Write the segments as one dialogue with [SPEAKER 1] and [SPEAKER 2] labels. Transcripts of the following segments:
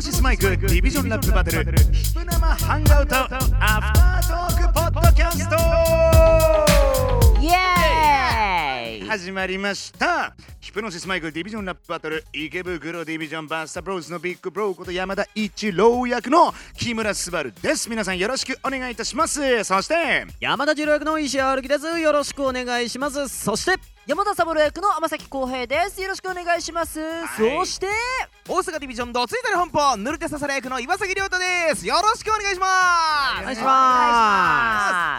[SPEAKER 1] シスマイクディビジョンラップバトルヒプ生ハンガウトアフタートークポッドキャスト
[SPEAKER 2] イエーイ
[SPEAKER 1] 始まりましたヒプノシスマイクディビジョンラップバトル池袋ディビジョンバスタブローズのビッグブローこと山田一郎役の木村昴です皆さんよろしくお願いいたしますそして
[SPEAKER 3] 山田次郎役の石原歩きですよろしくお願いしますそして
[SPEAKER 2] 山田三郎役の天崎浩平ですよろしくお願いします、
[SPEAKER 1] はい
[SPEAKER 2] そして
[SPEAKER 4] 大阪ディビジョンドツイタル本舗ぬるてささら役の岩崎亮太ですよろしくお願いしま
[SPEAKER 3] お
[SPEAKER 4] す
[SPEAKER 3] 願いし
[SPEAKER 2] お
[SPEAKER 3] ま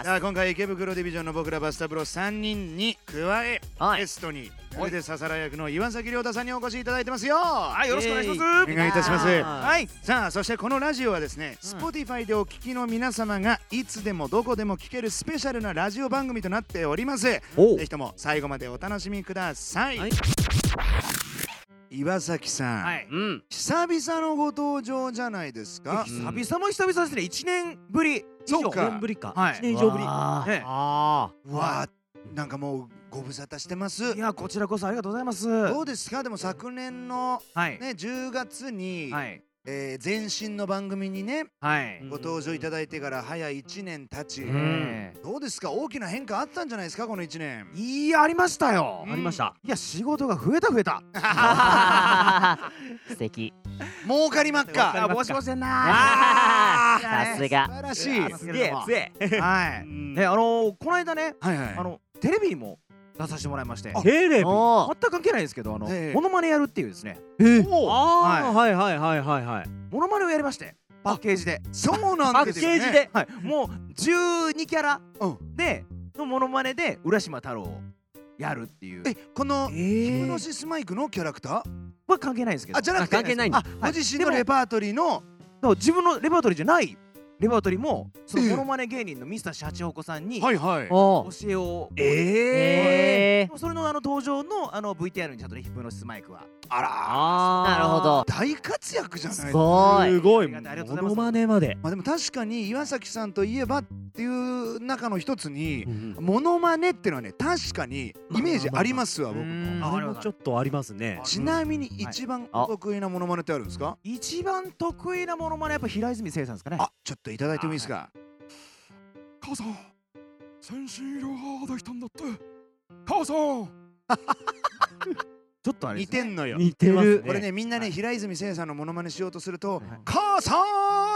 [SPEAKER 2] 願いし
[SPEAKER 1] さあ今回池袋ディビジョンの僕らバスタブロ3人に加え、
[SPEAKER 3] はい
[SPEAKER 1] ゲストにこれでささら役の岩崎亮太さんにお越しいただいてますよ
[SPEAKER 4] はいよろしくお願いします
[SPEAKER 1] お願いいたします
[SPEAKER 3] は
[SPEAKER 4] はい
[SPEAKER 1] さあそしてこのラジオはですね、
[SPEAKER 3] うん
[SPEAKER 1] Spotify でお聞きの皆様がいつでもどこでも聞けるスペシャルなラジオ番組となっておりますぜ
[SPEAKER 3] お
[SPEAKER 1] ひとも最後までお楽しみください、
[SPEAKER 3] はい
[SPEAKER 1] 岩崎さん、
[SPEAKER 4] はい
[SPEAKER 3] うん
[SPEAKER 1] 久々のご登場じゃないですか
[SPEAKER 3] う
[SPEAKER 4] 久
[SPEAKER 3] ん
[SPEAKER 4] 々も久々ですね一年ぶり以上
[SPEAKER 1] そうか
[SPEAKER 3] 一年ぶりか
[SPEAKER 4] はい
[SPEAKER 3] 一年以上ぶり
[SPEAKER 4] う
[SPEAKER 3] あ
[SPEAKER 4] ええ
[SPEAKER 3] あ
[SPEAKER 1] うわあなんかもうご無沙汰してます
[SPEAKER 4] いやこちらこそありがとうございます
[SPEAKER 1] ど
[SPEAKER 4] は
[SPEAKER 1] うですかでも昨年の
[SPEAKER 4] い
[SPEAKER 1] ね10月に、
[SPEAKER 4] はい
[SPEAKER 1] えー前身の番組にね
[SPEAKER 4] はい
[SPEAKER 1] ご登場いただいてから早1年経ち、
[SPEAKER 3] ん
[SPEAKER 4] え
[SPEAKER 1] どうですか大きな変化あったんじゃないですかこの1年
[SPEAKER 4] えいやありましたよ
[SPEAKER 1] うん
[SPEAKER 3] ありました
[SPEAKER 4] いや仕事が増えた増えた
[SPEAKER 3] 素敵
[SPEAKER 1] 儲かりまっ
[SPEAKER 3] あり
[SPEAKER 1] か
[SPEAKER 3] ま
[SPEAKER 4] ぼしぼしでんな
[SPEAKER 3] あー
[SPEAKER 4] いやね
[SPEAKER 3] さすが
[SPEAKER 1] 素晴らし
[SPEAKER 4] い
[SPEAKER 1] い
[SPEAKER 4] やすげえ強いは
[SPEAKER 1] う
[SPEAKER 4] い
[SPEAKER 1] ん
[SPEAKER 4] えあのーこの間ね
[SPEAKER 1] はいはい
[SPEAKER 4] あのテレビにも出させてもらいまして
[SPEAKER 1] あ
[SPEAKER 3] テレビ
[SPEAKER 2] お
[SPEAKER 4] 全く関係ないですけどあの
[SPEAKER 1] ええ
[SPEAKER 4] モノマネやるっていうですね
[SPEAKER 3] ああはいはいはいはいはい
[SPEAKER 4] モノマネをやりましてパッケージで
[SPEAKER 1] そうな
[SPEAKER 3] パ
[SPEAKER 1] んで
[SPEAKER 3] ッ
[SPEAKER 1] すよ
[SPEAKER 3] ケ
[SPEAKER 1] ね
[SPEAKER 3] ージで
[SPEAKER 4] はいもう12キャラ
[SPEAKER 1] うん
[SPEAKER 4] でのモノマネで浦島太郎をやるっていう
[SPEAKER 1] えこのヒ
[SPEAKER 3] え
[SPEAKER 1] プノシスマイクのキャラクター
[SPEAKER 4] は関係ないですけど
[SPEAKER 1] あじゃなくて
[SPEAKER 3] あ関係ないんだ
[SPEAKER 4] あ
[SPEAKER 1] ご
[SPEAKER 4] はい
[SPEAKER 1] 自身
[SPEAKER 4] で
[SPEAKER 1] の
[SPEAKER 4] も
[SPEAKER 1] レパートリーの
[SPEAKER 4] だから自分のレパートリーじゃないレパートリーもその
[SPEAKER 1] ええ
[SPEAKER 4] モノマネ芸人のミスターシャチホコさんに教
[SPEAKER 1] いはい
[SPEAKER 3] おー
[SPEAKER 4] えを
[SPEAKER 1] ええ
[SPEAKER 3] え
[SPEAKER 4] それのあの登場のあの VTR にちゃんとねヒプノシスマイクは
[SPEAKER 1] あら
[SPEAKER 3] あ
[SPEAKER 2] なるほど
[SPEAKER 1] 大活躍じゃないですすか
[SPEAKER 2] ごい
[SPEAKER 3] すごい
[SPEAKER 4] ありがとうありがとうござい
[SPEAKER 3] モ
[SPEAKER 4] ます
[SPEAKER 3] ノマネまで
[SPEAKER 1] まあでも確かに岩崎さんといえばっていう中の一つにモノマネっていうのはね確かにイメージありますわ僕
[SPEAKER 3] うん
[SPEAKER 1] も
[SPEAKER 4] あ
[SPEAKER 3] あれもちょっとありますね
[SPEAKER 1] ちなみに一番お得意なモノマネってあるんですか
[SPEAKER 4] 一番得意なモノマネはやっぱ平泉成さんですかね
[SPEAKER 1] あちょっといただいてもいいですか
[SPEAKER 5] 母さん先進医療ができたんだって母さん
[SPEAKER 4] ちょっとあれ
[SPEAKER 1] 似
[SPEAKER 4] ですね
[SPEAKER 1] てんのよ
[SPEAKER 3] 似てる
[SPEAKER 1] これねみんな
[SPEAKER 4] は
[SPEAKER 1] ね
[SPEAKER 4] い
[SPEAKER 1] 平泉成さんのモノマネしようとすると
[SPEAKER 4] い
[SPEAKER 1] 「母さ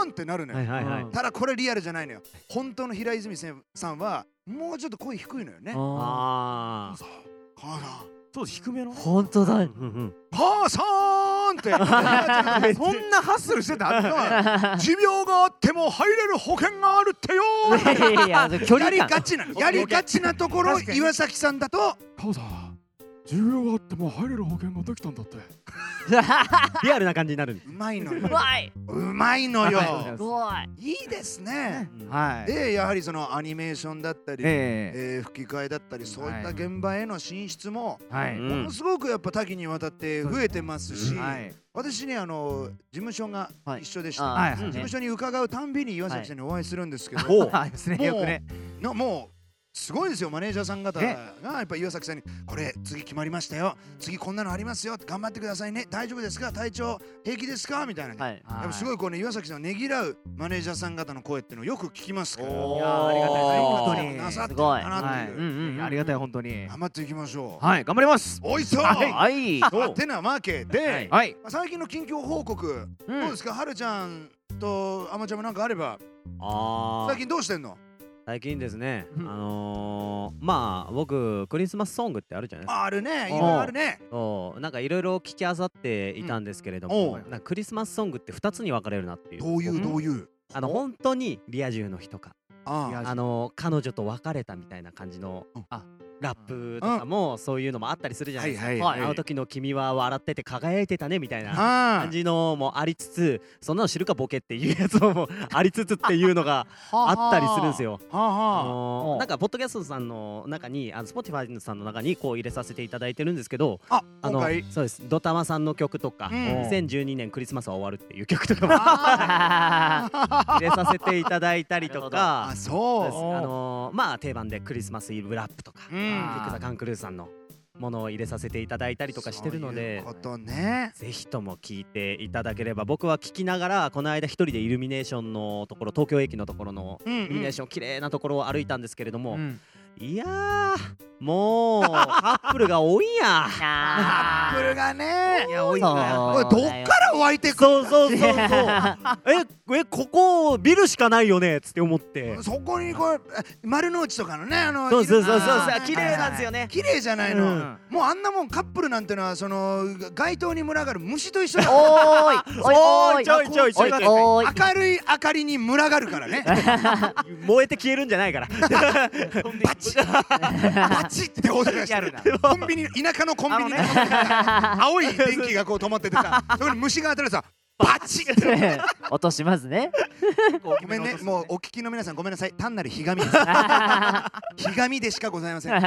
[SPEAKER 1] ん!」ってなるの
[SPEAKER 3] はい
[SPEAKER 1] よ
[SPEAKER 3] はいはい
[SPEAKER 4] うん
[SPEAKER 1] ただこれリアルじゃないのよ本当の平泉成さんはもうちょっと声低いのよね
[SPEAKER 3] ああ
[SPEAKER 1] 母さん
[SPEAKER 4] そうです低めの
[SPEAKER 3] 本当だうん
[SPEAKER 1] 母さんって
[SPEAKER 4] そんなハッスルして たあった
[SPEAKER 1] 持病があっても入れる保険があるってよ
[SPEAKER 3] うんいやいや距
[SPEAKER 1] や
[SPEAKER 3] 離
[SPEAKER 1] り
[SPEAKER 3] 感
[SPEAKER 1] がちなやりがちなところ
[SPEAKER 4] 確かに
[SPEAKER 1] 岩崎さんだと
[SPEAKER 5] 母さん重要があっても入れる保険ができたんだって
[SPEAKER 3] リアルな感じになる
[SPEAKER 1] うまいの
[SPEAKER 2] う
[SPEAKER 1] よ
[SPEAKER 2] まいう
[SPEAKER 1] まいのよ
[SPEAKER 2] すごい
[SPEAKER 1] いいですね
[SPEAKER 4] はい
[SPEAKER 1] でやはりそのアニメーションだったり、え
[SPEAKER 4] え
[SPEAKER 1] ー吹き替えだったりそういった
[SPEAKER 4] はい
[SPEAKER 1] 現場への進出も
[SPEAKER 4] えは
[SPEAKER 3] う
[SPEAKER 4] い
[SPEAKER 3] ん
[SPEAKER 1] ものすごくやっぱ多岐にわたって増えてますし、
[SPEAKER 4] はい
[SPEAKER 1] 私ねあの事務所が
[SPEAKER 2] はい
[SPEAKER 1] 一緒でした、
[SPEAKER 2] あ
[SPEAKER 4] はい
[SPEAKER 1] 事務所に伺うたんびに岩崎さんにお会いするんですけど、
[SPEAKER 3] お
[SPEAKER 4] はいですね
[SPEAKER 1] もう
[SPEAKER 4] よくね
[SPEAKER 1] のもうすごいですよマネージャーさん方が
[SPEAKER 4] え
[SPEAKER 1] やっぱ岩崎さんに「これ次決まりましたよ次こんなのありますよ頑張ってくださいね大丈夫ですか体調平気ですか?」みたいなね、
[SPEAKER 2] はい
[SPEAKER 1] やっぱす
[SPEAKER 4] い
[SPEAKER 1] ごいこうね岩崎さんをねぎらうマネージャーさん方の声っていうのをよく聞きますから
[SPEAKER 3] お
[SPEAKER 4] いやーありがたいです本当に
[SPEAKER 1] なさって
[SPEAKER 2] す
[SPEAKER 1] る
[SPEAKER 2] ごい
[SPEAKER 1] かなっていう、
[SPEAKER 3] うんうんうん
[SPEAKER 4] ありがたい本当に
[SPEAKER 1] 頑張っていきましょう、
[SPEAKER 4] はい頑張ります
[SPEAKER 1] おいそう、
[SPEAKER 2] はい
[SPEAKER 1] い、てなわけで、
[SPEAKER 3] はい
[SPEAKER 4] はい
[SPEAKER 1] まあ最近の近況報告、どうですかはるちゃんとあまちゃんもなんかあれば
[SPEAKER 3] あ
[SPEAKER 1] 最
[SPEAKER 3] ー
[SPEAKER 1] 近どうしてんの
[SPEAKER 3] 最近ですねあ
[SPEAKER 4] うん
[SPEAKER 3] のーまあ僕クリスマスソングってあるじゃないですか
[SPEAKER 1] ああるねいろいろあるね
[SPEAKER 3] そうなんかいろいろ聞きあさっていたんですけれど
[SPEAKER 1] うんお
[SPEAKER 3] も
[SPEAKER 1] う
[SPEAKER 3] なんかクリスマスソングって2つに分かれるなっていう
[SPEAKER 1] どういうどういう
[SPEAKER 3] あの本当にリア充の人か
[SPEAKER 1] あ
[SPEAKER 4] い
[SPEAKER 1] あ
[SPEAKER 4] や
[SPEAKER 3] あの彼女と別れたみたいな感じの
[SPEAKER 1] うん
[SPEAKER 3] あラップとかもそういうのもあったりするじゃないですか
[SPEAKER 1] はいはい
[SPEAKER 2] はい
[SPEAKER 3] あの時の君は笑ってて輝いてたねみたいな
[SPEAKER 1] あ
[SPEAKER 3] 感じのもありつつそんなの知るかボケっていうやつもありつつっていう のがあったりするんです
[SPEAKER 1] よ
[SPEAKER 3] よ。
[SPEAKER 1] はあ
[SPEAKER 3] あ
[SPEAKER 1] はあ
[SPEAKER 3] の
[SPEAKER 4] う
[SPEAKER 3] ー
[SPEAKER 4] ん
[SPEAKER 3] なんかポッドキャストさんの中にあの Spotify さんの中にこう入れさせていただいてるんですけど
[SPEAKER 1] あ
[SPEAKER 3] あ
[SPEAKER 1] 今
[SPEAKER 3] の
[SPEAKER 1] 回
[SPEAKER 3] そうですドタマさんの曲とか、
[SPEAKER 1] うん
[SPEAKER 3] 2012年クリスマスは終わるっていう曲とかも入れさせていただいたりとか
[SPEAKER 1] あ
[SPEAKER 3] そうです
[SPEAKER 1] そ
[SPEAKER 3] あのーまあ定番でクリスマスイブラップとか、
[SPEAKER 1] ううん
[SPEAKER 3] ピクザ・カンクルーズさんのものを入れさせていただいたりとかしてるので
[SPEAKER 1] そういうことね
[SPEAKER 3] ぜひとも聞いていただければ僕は聞きながらこの間一人でイルミネーションのところ東京駅のところの
[SPEAKER 1] うん
[SPEAKER 3] イルミネーション綺麗なところを歩いたんですけれども、
[SPEAKER 4] うん
[SPEAKER 3] いやーもうカップルが多いんや
[SPEAKER 1] アップルがね
[SPEAKER 4] いや多
[SPEAKER 1] お
[SPEAKER 4] い
[SPEAKER 1] い
[SPEAKER 4] な
[SPEAKER 1] どっから湧いてく
[SPEAKER 3] そうそう そうそうええここビルしかないよねっつって思って
[SPEAKER 1] るそこにこう丸の内とかのねあの
[SPEAKER 3] そうそうそうそ
[SPEAKER 1] い
[SPEAKER 3] う
[SPEAKER 1] ろんな
[SPEAKER 3] 綺麗なんですよね
[SPEAKER 1] 綺麗じゃないの、
[SPEAKER 4] うん
[SPEAKER 1] もうあんなもんカップルなんてのはその街灯に群がる虫と一緒だよ
[SPEAKER 2] おーいお
[SPEAKER 3] お
[SPEAKER 2] ー
[SPEAKER 3] ー
[SPEAKER 2] い
[SPEAKER 3] ちょいちょいちょい
[SPEAKER 2] おー
[SPEAKER 1] 明
[SPEAKER 2] い
[SPEAKER 1] るい明かりに群がるからね
[SPEAKER 3] 燃えて消えるんじゃない から
[SPEAKER 1] バチッバチッって音がして
[SPEAKER 4] やる
[SPEAKER 1] る
[SPEAKER 4] な
[SPEAKER 1] コンビニ田舎のコンビニに、
[SPEAKER 4] あの
[SPEAKER 1] 青い電気がこう止まっててさ そこに虫が当たるとさバチ ッって
[SPEAKER 2] 落としますね
[SPEAKER 1] ごめんね、もうお聞きの皆さんごめんなさい、単なるひがみです。 ひがみでしかございません。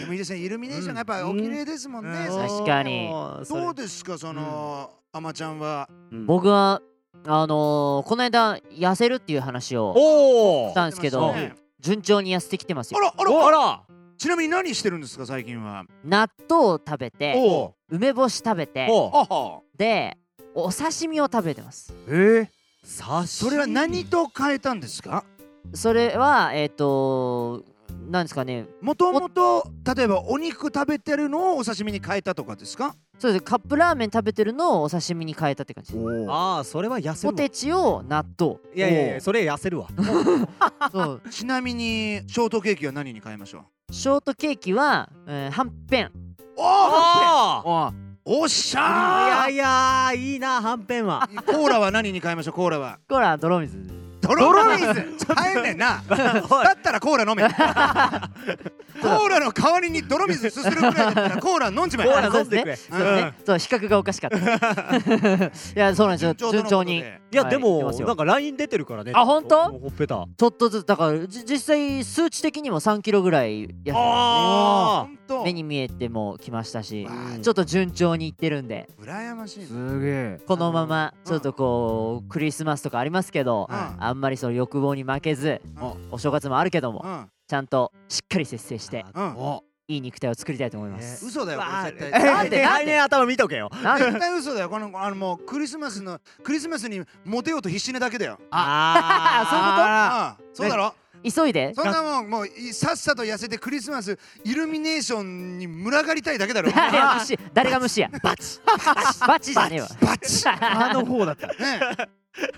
[SPEAKER 1] でもいいですね、イルミネーションがやっぱお綺麗ですもんね。
[SPEAKER 2] ん
[SPEAKER 1] 最近
[SPEAKER 2] 確かに
[SPEAKER 3] それ
[SPEAKER 1] どうですか、その、あまちゃんは。
[SPEAKER 3] うん
[SPEAKER 2] 僕はあのー、この間痩せるっていう話を
[SPEAKER 3] お
[SPEAKER 2] し
[SPEAKER 3] お
[SPEAKER 2] たんですけ
[SPEAKER 1] やって
[SPEAKER 2] ど
[SPEAKER 1] ましたね
[SPEAKER 2] 順調に痩せてきてます
[SPEAKER 1] あ
[SPEAKER 2] よ
[SPEAKER 1] ら、あら、
[SPEAKER 3] あら
[SPEAKER 1] ちなみに何してるんですか、最近は。
[SPEAKER 2] 納豆を食べて
[SPEAKER 1] お
[SPEAKER 2] 梅干し食べて
[SPEAKER 3] お
[SPEAKER 1] お。
[SPEAKER 2] でお刺身を食べてます
[SPEAKER 3] えー、刺し
[SPEAKER 1] それは何と変えたんですか。
[SPEAKER 2] それはえっ、となんですかね
[SPEAKER 1] もともと、例えばお肉食べてるのをお刺身に変えたとかですか。
[SPEAKER 2] そうですカップラーメン食べてるのをお刺身に変えたって感じです
[SPEAKER 1] お。
[SPEAKER 3] ああそれは痩せ
[SPEAKER 2] ポ
[SPEAKER 3] るわ
[SPEAKER 2] テチを納豆
[SPEAKER 3] いやいやいやそれ痩せるわ
[SPEAKER 2] そう
[SPEAKER 1] ちなみに、ショートケーキは何に変えましょう。
[SPEAKER 2] ショートケーキは、えー、はんぺん
[SPEAKER 1] おお。
[SPEAKER 3] あ
[SPEAKER 1] おっし
[SPEAKER 3] あ
[SPEAKER 1] ゃ
[SPEAKER 3] いやいやいいなはんぺん は
[SPEAKER 1] ー。コーラは何に変えましょう、コーラは。
[SPEAKER 2] これは泥水
[SPEAKER 1] 泥水変えんねんなだったらコーラ飲めコーラの代わりに泥水すするぐらいだったらコーラ飲んじまえ
[SPEAKER 3] コーラ飲んでくれ
[SPEAKER 1] う
[SPEAKER 2] そうんねそう比較がおかしかったいやそうなんですよ順調に
[SPEAKER 3] いや
[SPEAKER 2] はい
[SPEAKER 3] で
[SPEAKER 2] いきま
[SPEAKER 3] も
[SPEAKER 2] すよ
[SPEAKER 3] なんかライン出てるからね
[SPEAKER 2] あほんと
[SPEAKER 3] もうほっぺた
[SPEAKER 2] ちょっとずつだからじ実際数値的にも3キロぐらい痩せた
[SPEAKER 3] あー
[SPEAKER 1] 本当
[SPEAKER 2] 目に見えてもきましたし
[SPEAKER 1] うん
[SPEAKER 2] ちょっと順調にいってるんで
[SPEAKER 1] 羨ましいな
[SPEAKER 4] すげえ
[SPEAKER 2] このまま
[SPEAKER 1] うん
[SPEAKER 2] ちょっとこうクリスマスとかありますけど
[SPEAKER 1] うん
[SPEAKER 2] あんまりその欲望に負けず
[SPEAKER 1] うん
[SPEAKER 2] お正月もあるけども
[SPEAKER 1] うん
[SPEAKER 2] ちゃんとしっかり節制して
[SPEAKER 1] うん
[SPEAKER 2] いい肉体を作りたいと思います。
[SPEAKER 1] 嘘だよこれ絶対
[SPEAKER 2] なんでなん
[SPEAKER 3] 来
[SPEAKER 2] で
[SPEAKER 3] 年頭見とけよ
[SPEAKER 2] なんで
[SPEAKER 1] 絶対嘘だよこのあのもうクリスマスのクリスマスにモテようと必死なだけだよ
[SPEAKER 3] あ
[SPEAKER 1] うんそうだろ
[SPEAKER 2] 急いで
[SPEAKER 1] そんなもんもういさっさと痩せてクリスマスイルミネーションに群がりたいだけだ ろ
[SPEAKER 2] 誰が虫誰が虫やバチバチじゃねえわ
[SPEAKER 1] バチ
[SPEAKER 4] あの方だった
[SPEAKER 1] ね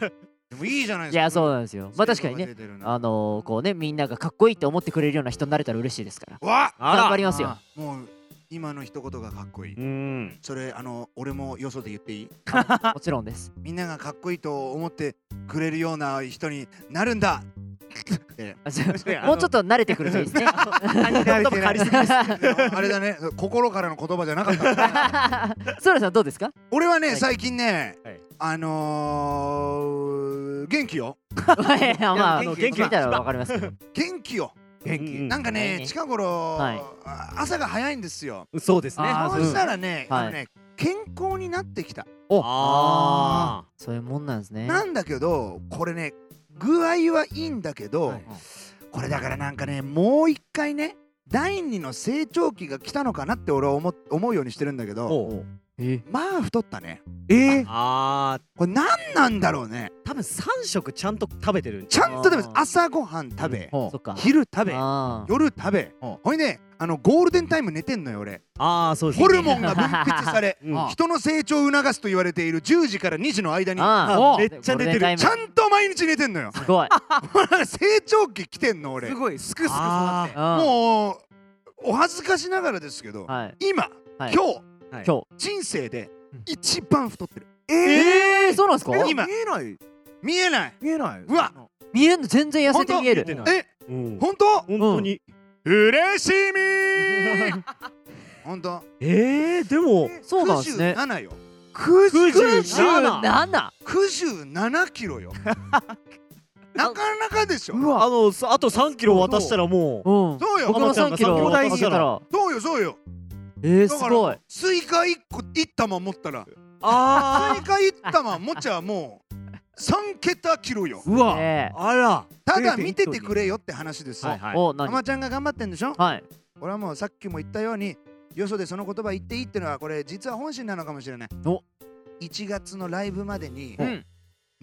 [SPEAKER 1] えでもいいじゃないです
[SPEAKER 2] い
[SPEAKER 1] か
[SPEAKER 2] やそうなんですよまあ確かに
[SPEAKER 1] 成
[SPEAKER 2] ね
[SPEAKER 1] 功が出てるな
[SPEAKER 2] あのー、こうねみんながかっこいいって思ってくれるような人になれたら嬉しいですから
[SPEAKER 1] わ
[SPEAKER 3] あら
[SPEAKER 2] 頑張りますよ
[SPEAKER 1] っもう今の一言がかっこいい
[SPEAKER 3] うん
[SPEAKER 1] それあの俺もよそで言っていい
[SPEAKER 2] もちろんです
[SPEAKER 1] みんながかっこいいと思ってくれるような人になるんだって
[SPEAKER 2] あそうもうちょっと慣れてくるといいですね
[SPEAKER 3] 言葉借りすぎです
[SPEAKER 1] あれだね 心からの言葉じゃなか ったね
[SPEAKER 2] ソラさんどうですか
[SPEAKER 1] 俺はね
[SPEAKER 2] はい
[SPEAKER 1] 最近ね
[SPEAKER 3] はい
[SPEAKER 1] あのー元気よ
[SPEAKER 2] いやまあ
[SPEAKER 3] いや元気
[SPEAKER 2] 元気見たらわかりますけど
[SPEAKER 1] 元気よ
[SPEAKER 3] 元
[SPEAKER 1] なんか
[SPEAKER 2] はい
[SPEAKER 1] ね
[SPEAKER 2] ね
[SPEAKER 1] 近頃
[SPEAKER 2] はい
[SPEAKER 1] あ朝が早いんですよ
[SPEAKER 3] 気そうですね
[SPEAKER 2] あー
[SPEAKER 1] そうしたらね
[SPEAKER 2] は
[SPEAKER 1] あ
[SPEAKER 2] い
[SPEAKER 1] のね健康になってきた
[SPEAKER 3] あ
[SPEAKER 2] そういうもんなんですね
[SPEAKER 1] なんだけどこれね具合はいいんだけど、
[SPEAKER 3] はい
[SPEAKER 1] これだからなんかねもう一回ね第二の成長期が来たのかなって俺は思思うようにしてるんだけ
[SPEAKER 3] ー
[SPEAKER 1] ど
[SPEAKER 3] おう
[SPEAKER 2] え
[SPEAKER 1] まあ太ったね
[SPEAKER 4] え
[SPEAKER 3] あー
[SPEAKER 1] これ何なんだろうね
[SPEAKER 3] 多分三食ちゃんと食べてるん
[SPEAKER 1] ちゃんとでも
[SPEAKER 2] あー
[SPEAKER 1] 朝ごはん食べ
[SPEAKER 2] そっか
[SPEAKER 1] 昼食べ
[SPEAKER 2] あー
[SPEAKER 1] 夜食べ
[SPEAKER 4] うん
[SPEAKER 1] ほいであのゴールデンタイム寝てんのよ俺
[SPEAKER 3] ああそうですね
[SPEAKER 1] ホルモンが分泌され
[SPEAKER 3] うん
[SPEAKER 1] あ人の成長を促すと言われている10時から2時の間に
[SPEAKER 2] あー
[SPEAKER 3] あめっちゃ出
[SPEAKER 2] ゴ
[SPEAKER 3] てる
[SPEAKER 2] ールデンタイム
[SPEAKER 1] ちゃんと毎日寝てんのよ
[SPEAKER 2] すごい
[SPEAKER 1] 成長期来てんの俺
[SPEAKER 4] すごいすくすく育っ
[SPEAKER 3] あ
[SPEAKER 4] て
[SPEAKER 2] も
[SPEAKER 1] もうお恥ずかしながらですけど、
[SPEAKER 2] はい
[SPEAKER 1] 今、
[SPEAKER 2] はい
[SPEAKER 1] 今日
[SPEAKER 2] 今日
[SPEAKER 1] 人生で一番太ってる、
[SPEAKER 2] えーそうなんですか
[SPEAKER 1] え今
[SPEAKER 4] 見えない
[SPEAKER 1] 見えない
[SPEAKER 4] 見えないう
[SPEAKER 1] わ
[SPEAKER 2] 見えんの全然痩せて見える
[SPEAKER 3] 本当
[SPEAKER 1] え
[SPEAKER 3] うん
[SPEAKER 1] 本当
[SPEAKER 3] 本当に
[SPEAKER 1] 嬉しみ ー本当
[SPEAKER 3] えーでも
[SPEAKER 2] そうなんですね
[SPEAKER 1] 97よ
[SPEAKER 3] 97
[SPEAKER 2] 97
[SPEAKER 1] 97キ ロよなかなかでしょ
[SPEAKER 4] う
[SPEAKER 3] あ
[SPEAKER 4] わ
[SPEAKER 3] のさあと3キロ渡したらもう
[SPEAKER 2] うん
[SPEAKER 1] そうよ
[SPEAKER 2] 僕の
[SPEAKER 3] 浜ちゃん
[SPEAKER 2] 3
[SPEAKER 3] が
[SPEAKER 2] キロ
[SPEAKER 3] 三
[SPEAKER 2] 渡
[SPEAKER 3] キロ
[SPEAKER 2] したら
[SPEAKER 1] そうよそうよ
[SPEAKER 2] えー
[SPEAKER 1] だ
[SPEAKER 2] す
[SPEAKER 1] か
[SPEAKER 2] ごい
[SPEAKER 1] らスイカ1個1玉持ったら
[SPEAKER 3] あ
[SPEAKER 1] スイカ1玉持っちゃもう3桁キロよ
[SPEAKER 4] うわ
[SPEAKER 2] え
[SPEAKER 3] あら
[SPEAKER 1] ただ見ててくれよって話ですよ
[SPEAKER 3] は
[SPEAKER 2] ーお何
[SPEAKER 1] ママちゃんが頑張ってんでしょ
[SPEAKER 2] はい
[SPEAKER 1] 俺はもうさっきも言ったようによそでその言葉言っていいってのはこれ実は本心なのかもしれない
[SPEAKER 2] お
[SPEAKER 1] 1月のライブまでに
[SPEAKER 4] うん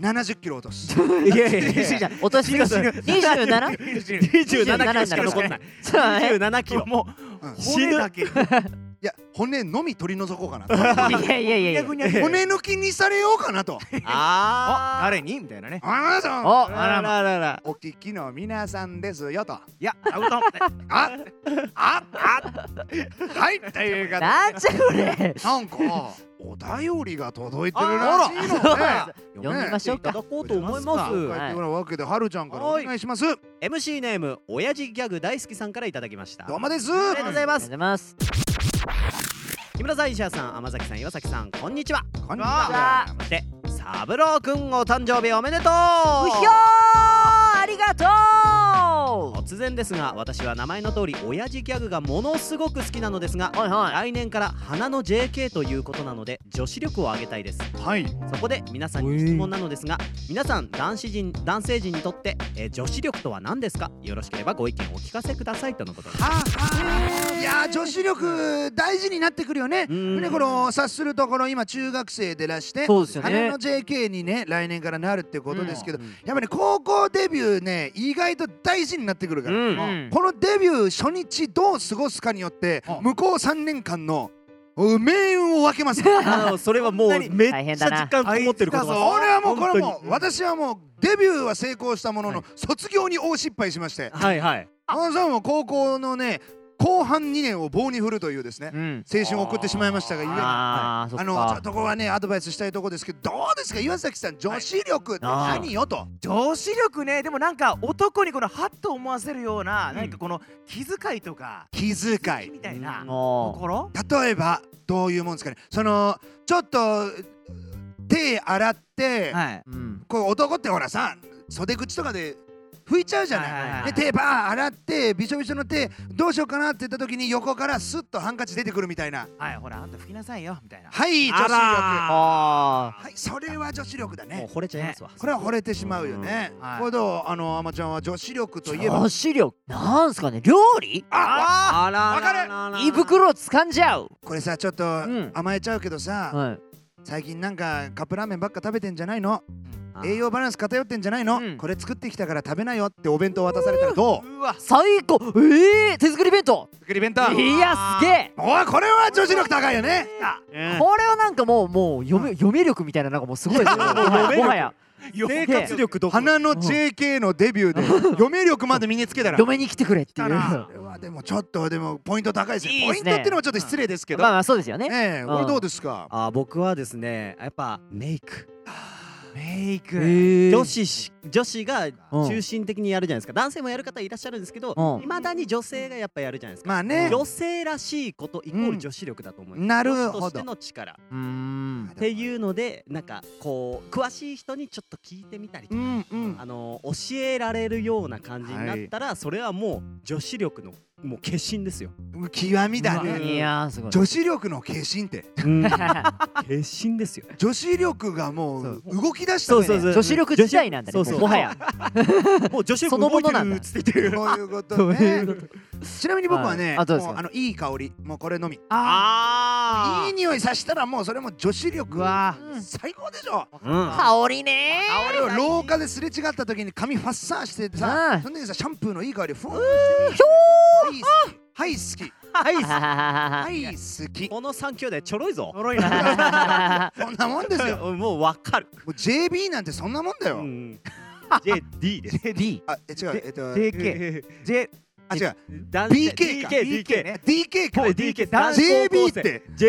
[SPEAKER 1] 70キロ落とす
[SPEAKER 3] いやいやいや
[SPEAKER 2] じゃ落としすぎ
[SPEAKER 3] 死ぬ
[SPEAKER 2] 二十七？
[SPEAKER 3] 27キロしか残んない
[SPEAKER 2] そうだね。
[SPEAKER 3] 27キロも
[SPEAKER 1] うん
[SPEAKER 3] う骨だけ
[SPEAKER 1] いや骨のみ取り除こうかなと
[SPEAKER 2] いやいやいやいや。
[SPEAKER 1] 骨抜きにされようかなと
[SPEAKER 3] あー
[SPEAKER 4] 誰にみたいなね
[SPEAKER 1] あなた
[SPEAKER 2] お、あ
[SPEAKER 3] あら
[SPEAKER 2] らま。
[SPEAKER 3] ららら
[SPEAKER 1] お聞きの皆さんですよと
[SPEAKER 4] いやアウト
[SPEAKER 1] あああはいというか
[SPEAKER 2] なんじゃこれ。
[SPEAKER 1] なんか お便りが届いてるらしいの
[SPEAKER 2] あ
[SPEAKER 1] ね
[SPEAKER 2] ら 読みましょう
[SPEAKER 3] いた
[SPEAKER 2] か。
[SPEAKER 3] だこうと思います
[SPEAKER 1] 帰ってもらうわけで、はるちゃんからお願いします。ど
[SPEAKER 3] MC ネーム親父ギャグ大好きさんからいただきました
[SPEAKER 1] うもです。
[SPEAKER 3] ありがとうございま
[SPEAKER 2] ありが
[SPEAKER 3] す
[SPEAKER 2] とうございます。
[SPEAKER 3] 木村さん石原さん天崎さん岩崎さんこんにちは
[SPEAKER 1] こんにち
[SPEAKER 2] あ
[SPEAKER 1] は。
[SPEAKER 3] そして三郎くんお誕生日おめでとう
[SPEAKER 2] うひょー、ありがと
[SPEAKER 3] 突然ですが私は名前の通り親父ギャグがものすごく好きなのですが
[SPEAKER 2] う。はいはい。
[SPEAKER 3] 来年から花の JK ということなので女子力を上げたいです
[SPEAKER 1] はい。
[SPEAKER 3] そこで皆さんに質問なのですが皆さん男子人男性陣にとって、えー女子力とは何ですかよろしければご意見お聞かせくださいとのことです
[SPEAKER 1] ああいやー女子力大事になってくるよね。
[SPEAKER 3] うん
[SPEAKER 1] ねこの察するところ今中学生でらして、
[SPEAKER 2] そうですよ
[SPEAKER 1] 花の
[SPEAKER 2] ね。
[SPEAKER 1] JK にね来年からなるってことですけど、
[SPEAKER 3] うんうん
[SPEAKER 1] やっぱり高校デビューね意外と大事になってくるから、
[SPEAKER 3] うん
[SPEAKER 2] うん
[SPEAKER 1] このデビュー初日どう過ごすかによって、
[SPEAKER 4] うん
[SPEAKER 1] 向こう3年間のうん命運を分けます から。
[SPEAKER 3] あのそれはもう
[SPEAKER 4] 何
[SPEAKER 3] め
[SPEAKER 2] 大
[SPEAKER 3] っちゃ
[SPEAKER 2] 変だな
[SPEAKER 3] 実感こもってることだ
[SPEAKER 1] 俺はもうこれは
[SPEAKER 3] 本
[SPEAKER 1] もう私はもうデビューは成功したものの、卒業に大失敗しまして
[SPEAKER 3] はいはい
[SPEAKER 1] 私はもう高校のね後半2年を棒に振るというですね
[SPEAKER 2] うん。
[SPEAKER 1] 青春を送ってしまいましたがゆえにあ
[SPEAKER 2] ああ、そっ
[SPEAKER 1] のちょっ
[SPEAKER 2] か。
[SPEAKER 1] とここはねアドバイスしたいとこですけどどうですか岩崎さん女子力って
[SPEAKER 2] はい
[SPEAKER 1] 何よと
[SPEAKER 4] 女子力ねでもなんか男にこのハッと思わせるような何かこの気遣いとか
[SPEAKER 1] 気遣い
[SPEAKER 4] みたいな
[SPEAKER 2] も。
[SPEAKER 4] 心
[SPEAKER 1] 例えばどういうもんですかねそのちょっと手洗って、
[SPEAKER 4] はいう
[SPEAKER 2] うん。
[SPEAKER 1] こう男ってほらさ袖口とかで拭いちゃうじゃない、
[SPEAKER 4] はいはいはい
[SPEAKER 1] で手バー洗ってびしょびしょの手どうしようかなって言った時に横からスッとハンカチ出てくるみたいな
[SPEAKER 4] はいほらあんた拭きなさいよみたいな
[SPEAKER 1] はい女子
[SPEAKER 3] あ
[SPEAKER 1] 力
[SPEAKER 3] ら
[SPEAKER 2] あ
[SPEAKER 1] はいそれは女子力だ
[SPEAKER 3] もう
[SPEAKER 1] ね
[SPEAKER 3] 惚れちゃいますわ
[SPEAKER 1] これは惚れてしまうよね、
[SPEAKER 4] うんはい
[SPEAKER 1] これどうあのあまちゃんは女子力と
[SPEAKER 2] あ。
[SPEAKER 1] いえば
[SPEAKER 2] 女子力なんすかね料理
[SPEAKER 1] あ
[SPEAKER 3] あら
[SPEAKER 1] わかる
[SPEAKER 3] らら
[SPEAKER 2] 胃袋を掴んじゃう
[SPEAKER 1] これさちょっと
[SPEAKER 2] ん
[SPEAKER 1] 甘えちゃうけどさ、
[SPEAKER 2] はい
[SPEAKER 1] 最近なんかカップラーメンばっか食べてんじゃないの
[SPEAKER 3] あー
[SPEAKER 1] 栄養バランス偏ってんじゃないの、
[SPEAKER 2] うん
[SPEAKER 1] これ作ってきたから食べなよってお弁当渡されたらどう
[SPEAKER 4] うわ
[SPEAKER 2] 最高ええ手作り弁当
[SPEAKER 1] 作り弁
[SPEAKER 2] いやすげえ
[SPEAKER 1] おいこれは女子力高いよね
[SPEAKER 2] これはなんかもうもう読め読め力みたいななんかもうすごいですよもはやもはや
[SPEAKER 3] 生活力どこ
[SPEAKER 1] 花の JK のデビューで嫁力まで身につけたら。
[SPEAKER 2] 嫁に来てくれっていう
[SPEAKER 1] こ
[SPEAKER 2] ま
[SPEAKER 1] れはでもちょっとでもポイント高いですね。
[SPEAKER 2] いい
[SPEAKER 1] ポイン
[SPEAKER 2] です
[SPEAKER 1] ト
[SPEAKER 2] ね
[SPEAKER 1] っていうのはちょっと失礼ですけ
[SPEAKER 2] あ
[SPEAKER 1] ど。
[SPEAKER 2] まあそうですよね
[SPEAKER 1] ええ、こ
[SPEAKER 2] う
[SPEAKER 1] れ
[SPEAKER 2] ん
[SPEAKER 1] どうですか。
[SPEAKER 3] あー僕はですねやっぱメイク
[SPEAKER 4] メイク
[SPEAKER 2] ええ
[SPEAKER 3] 女子し女子が
[SPEAKER 2] うん
[SPEAKER 3] 中心的にやるじゃないですか男性もやる方いらっしゃるんですけど
[SPEAKER 2] うん
[SPEAKER 3] いまだに女性がやっぱやるじゃないですか
[SPEAKER 1] まあね。
[SPEAKER 3] 女性らしいことイコー
[SPEAKER 1] うん
[SPEAKER 3] ル女子力だと思います
[SPEAKER 1] なる
[SPEAKER 3] と
[SPEAKER 1] ほ
[SPEAKER 3] して
[SPEAKER 1] ど。
[SPEAKER 3] の力
[SPEAKER 2] うーん
[SPEAKER 3] っていうのでなんかこう詳しい人にちょっと聞いてみたりと
[SPEAKER 1] う
[SPEAKER 3] か
[SPEAKER 1] んうん。
[SPEAKER 3] あの教えられるような感じになったらそれはもう女子力のもう化身ですよ。
[SPEAKER 1] 極みだ
[SPEAKER 3] うわ
[SPEAKER 1] ね。
[SPEAKER 2] いやーすごい
[SPEAKER 1] 女子力の化身って。
[SPEAKER 3] 化身ですよ。
[SPEAKER 1] 女子力がもう動き出した
[SPEAKER 3] そ
[SPEAKER 1] ね。
[SPEAKER 3] うそうそ う。
[SPEAKER 2] 女子力時代なんだね
[SPEAKER 3] そうそう。
[SPEAKER 2] もはや
[SPEAKER 3] もう女子
[SPEAKER 2] そ
[SPEAKER 3] 力
[SPEAKER 2] の
[SPEAKER 3] 動
[SPEAKER 2] も
[SPEAKER 3] い
[SPEAKER 2] の
[SPEAKER 3] て
[SPEAKER 2] なん
[SPEAKER 3] る
[SPEAKER 2] だ
[SPEAKER 3] っつって言ってる。
[SPEAKER 1] こういうことね。ちなみに僕は
[SPEAKER 2] は
[SPEAKER 1] ね、
[SPEAKER 2] い
[SPEAKER 1] も
[SPEAKER 2] あ
[SPEAKER 1] う
[SPEAKER 2] どうですか
[SPEAKER 1] あのいい香り、もうこれのみ。
[SPEAKER 4] あ
[SPEAKER 1] いい匂いさしたらもうそれも女子力。
[SPEAKER 4] うわ
[SPEAKER 1] 最高でしょ。
[SPEAKER 3] うん。
[SPEAKER 2] 香りね
[SPEAKER 1] 俺は廊下ですれ違った時に髪ファッサーして
[SPEAKER 2] あ
[SPEAKER 1] さ
[SPEAKER 2] あ
[SPEAKER 1] その時にさシャンプーのいい香りふわーしてひょーはい好き
[SPEAKER 3] はい
[SPEAKER 2] ーは。 はは
[SPEAKER 1] はい好き
[SPEAKER 3] この三兄弟ちょろいぞ。
[SPEAKER 4] ろい
[SPEAKER 2] は
[SPEAKER 1] そんなもんです よも
[SPEAKER 3] もうわかる。
[SPEAKER 1] う JB なんてそんなもんだよ、
[SPEAKER 3] ん。JD です。
[SPEAKER 2] D
[SPEAKER 1] あえ違うえっと
[SPEAKER 4] JK J
[SPEAKER 1] あ違う
[SPEAKER 3] 男性
[SPEAKER 1] DK か
[SPEAKER 3] DK DK ね。
[SPEAKER 1] DK か
[SPEAKER 3] はい DK 男性
[SPEAKER 1] JB
[SPEAKER 3] 高
[SPEAKER 1] っ
[SPEAKER 3] 生
[SPEAKER 1] て
[SPEAKER 3] JD
[SPEAKER 1] ジ